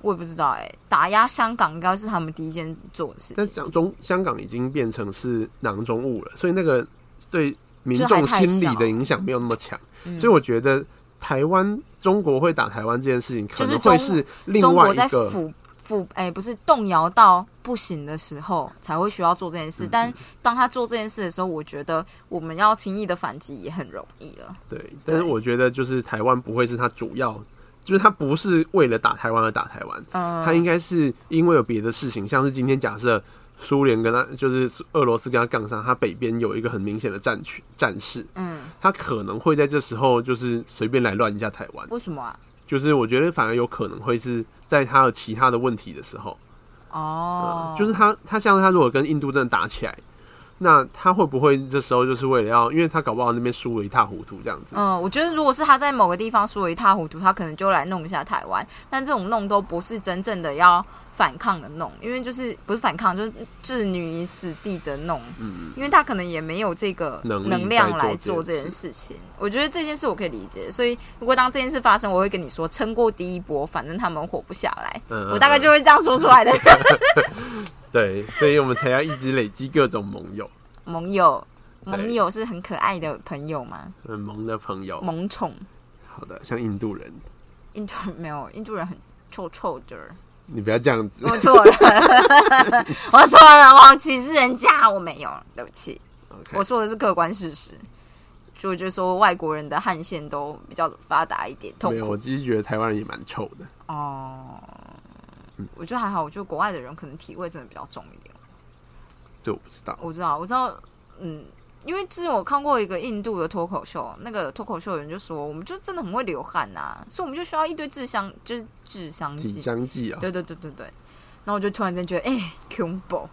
Speaker 1: 我也不知道哎、打压香港应该是他们第一件做的事
Speaker 2: 但
Speaker 1: 情，
Speaker 2: 讲中香港已经变成是囊中物了，所以那个对民
Speaker 1: 就还
Speaker 2: 众
Speaker 1: 太
Speaker 2: 心理
Speaker 1: 小
Speaker 2: 的影响没有那么强。
Speaker 1: 嗯
Speaker 2: 所以我觉得台湾中国会打台湾这件事情，可
Speaker 1: 就是
Speaker 2: 能会
Speaker 1: 中
Speaker 2: 是另
Speaker 1: 中
Speaker 2: 外
Speaker 1: 国
Speaker 2: 一
Speaker 1: 在
Speaker 2: 个
Speaker 1: 腐腐哎、不是动摇到不行的时候才会需要做这件
Speaker 2: 嗯
Speaker 1: 事，但当他做这件事的时候，我觉得我们要轻易的反击也很容易了。
Speaker 2: 对，但是我觉得就是台湾不会是他主要，就是他不是为了打台湾而打台湾，
Speaker 1: 嗯、
Speaker 2: 他应该是因为有别的事情，像是今天假设苏联跟他就是俄罗斯跟他杠上，他北边有一个很明显的战区战事，
Speaker 1: 嗯，
Speaker 2: 他可能会在这时候就是随便来乱一下台湾，
Speaker 1: 为什么啊？
Speaker 2: 就是我觉得反而有可能会是在他有其他的问题的时候，
Speaker 1: 哦，
Speaker 2: 呃就是他他像他如果跟印度真的打起来。那他会不会这时候就是为了要，因为他搞不好那边输的一塌糊涂这样子，
Speaker 1: 嗯，我觉得如果是他在某个地方说一塌糊涂，他可能就来弄一下台湾，但这种弄都不是真正的要反抗的弄，因为就是不是反抗，就是置女于死地的弄，
Speaker 2: 嗯，
Speaker 1: 因为他可能也没有这个
Speaker 2: 能力
Speaker 1: 能量
Speaker 2: 在做
Speaker 1: 来做
Speaker 2: 这
Speaker 1: 这
Speaker 2: 件
Speaker 1: 件事情。我觉得这件事我可以理解，所以如果当这件事发生，我会跟你说撑过第一波，反正他们活不下来，
Speaker 2: 嗯
Speaker 1: 我大概就会这样说出 来的人。
Speaker 2: 对，所以我们才要一直累积各种盟友，
Speaker 1: 盟友，
Speaker 2: 对
Speaker 1: 盟友是很可爱的朋友吗？
Speaker 2: 很萌嗯的朋友。
Speaker 1: 萌宠，
Speaker 2: 好的，像印度人，
Speaker 1: 印度没有，印度人很臭臭的。
Speaker 2: 你不要 这样子。
Speaker 1: 我错了，我错了，我好歧视人家，我没有，对不起。
Speaker 2: OK，
Speaker 1: 我说的是客观事实。就我觉得说外国人的汗腺都比较发达一点，痛
Speaker 2: 没有，
Speaker 1: 苦
Speaker 2: 我其实觉得台湾人也蛮臭的。
Speaker 1: 哦
Speaker 2: 嗯。
Speaker 1: 我觉得还好，我觉得国外的人可能体味真的比较重一点。
Speaker 2: 这我不知道。
Speaker 1: 我知道，我知道，嗯，因为之前我看过一个印度的脱口秀，那个脱口秀的人就说，我们就真的很会流汗呐、啊所以我们就需要一堆制香，就是制香
Speaker 2: 体
Speaker 1: 剂。
Speaker 2: 香剂啊，
Speaker 1: 对对对对对。然后我就突然间觉得，哎、恐怖！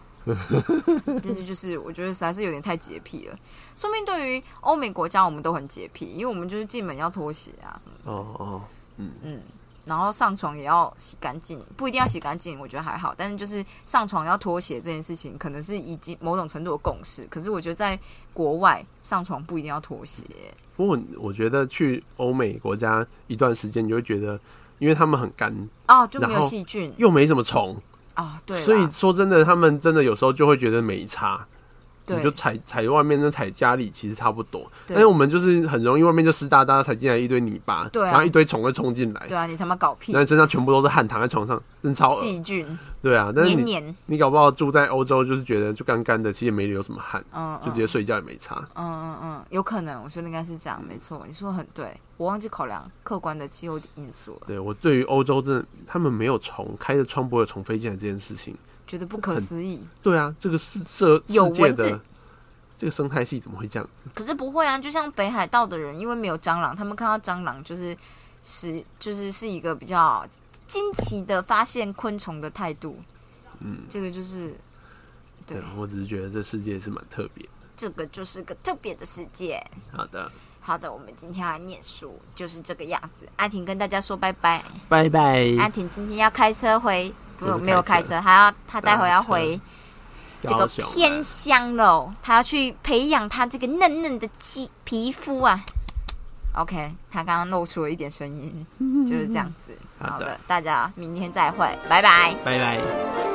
Speaker 1: 这就就是我觉得实在是有点太洁癖了。说明对于欧美国家，我们都很洁癖，因为我们就是进门要脱鞋啊什么的，
Speaker 2: 哦哦，
Speaker 1: 嗯，然后上床也要洗干净，不一定要洗干净，我觉得还好。但是就是上床要脱鞋这件事情，可能是已经某种程度的共识。可是我觉得在国外上床不一定要脱鞋，
Speaker 2: 不过我我觉得去欧美国家一段时间，你就会觉得，因为他们很干，
Speaker 1: 哦，就没有
Speaker 2: 然后
Speaker 1: 细菌
Speaker 2: 又没什么虫，
Speaker 1: 啊、对啦，
Speaker 2: 所以说真的，他们真的有时候就会觉得没差，你
Speaker 1: 对
Speaker 2: 就踩踩外面跟踩家里其实差不多。
Speaker 1: 对
Speaker 2: 但是我们就是很容易外面就湿哒哒，踩进来一堆泥巴，
Speaker 1: 对啊
Speaker 2: 然后一堆虫会冲进来，
Speaker 1: 对啊，你他妈搞屁
Speaker 2: 然后身上全部都是汗，躺在床上真超恶。
Speaker 1: 细菌
Speaker 2: 对啊，但是
Speaker 1: 黏
Speaker 2: 你
Speaker 1: 黏，
Speaker 2: 你搞不好住在欧洲，就是觉得就干干的，其实也没流什么汗，
Speaker 1: 嗯，
Speaker 2: 就直接睡觉也没差。
Speaker 1: 嗯嗯嗯，有可能，我觉得应该是这样，没错，你说的很对，我忘记考量客观的气候因素了，
Speaker 2: 对我对于欧洲真的，他们没有虫，开着窗不会有虫飞进来这件事情，
Speaker 1: 觉得不可思议。
Speaker 2: 对啊，这个世世
Speaker 1: 有
Speaker 2: 世界
Speaker 1: 蚊子
Speaker 2: 的这个生态系怎么会这样？
Speaker 1: 可是不会啊，就像北海道的人，因为没有蟑螂，他们看到蟑螂就是是就是是一个比较惊奇的发现昆虫的态度。
Speaker 2: 嗯，
Speaker 1: 这个就是对
Speaker 2: 对，我只是觉得这世界是蛮特别的。
Speaker 1: 这个就是个特别的世界。
Speaker 2: 好的，
Speaker 1: 好的，我们今天要念书，就是这个样子。阿婷跟大家说拜拜。
Speaker 2: 拜拜。
Speaker 1: 阿婷今天要开车回，不
Speaker 2: 不是
Speaker 1: 没有
Speaker 2: 开
Speaker 1: 嗯开
Speaker 2: 车
Speaker 1: 车，她要她待会要
Speaker 2: 搭车
Speaker 1: 回这
Speaker 2: 高
Speaker 1: 个
Speaker 2: 雄啊
Speaker 1: 偏乡喽，他要去培养他这个嫩嫩的肌皮肤啊。OK，他刚刚露出了一点声音，就是这样子。
Speaker 2: 好的
Speaker 1: 好的，大家明天再会，拜拜。
Speaker 2: 拜拜。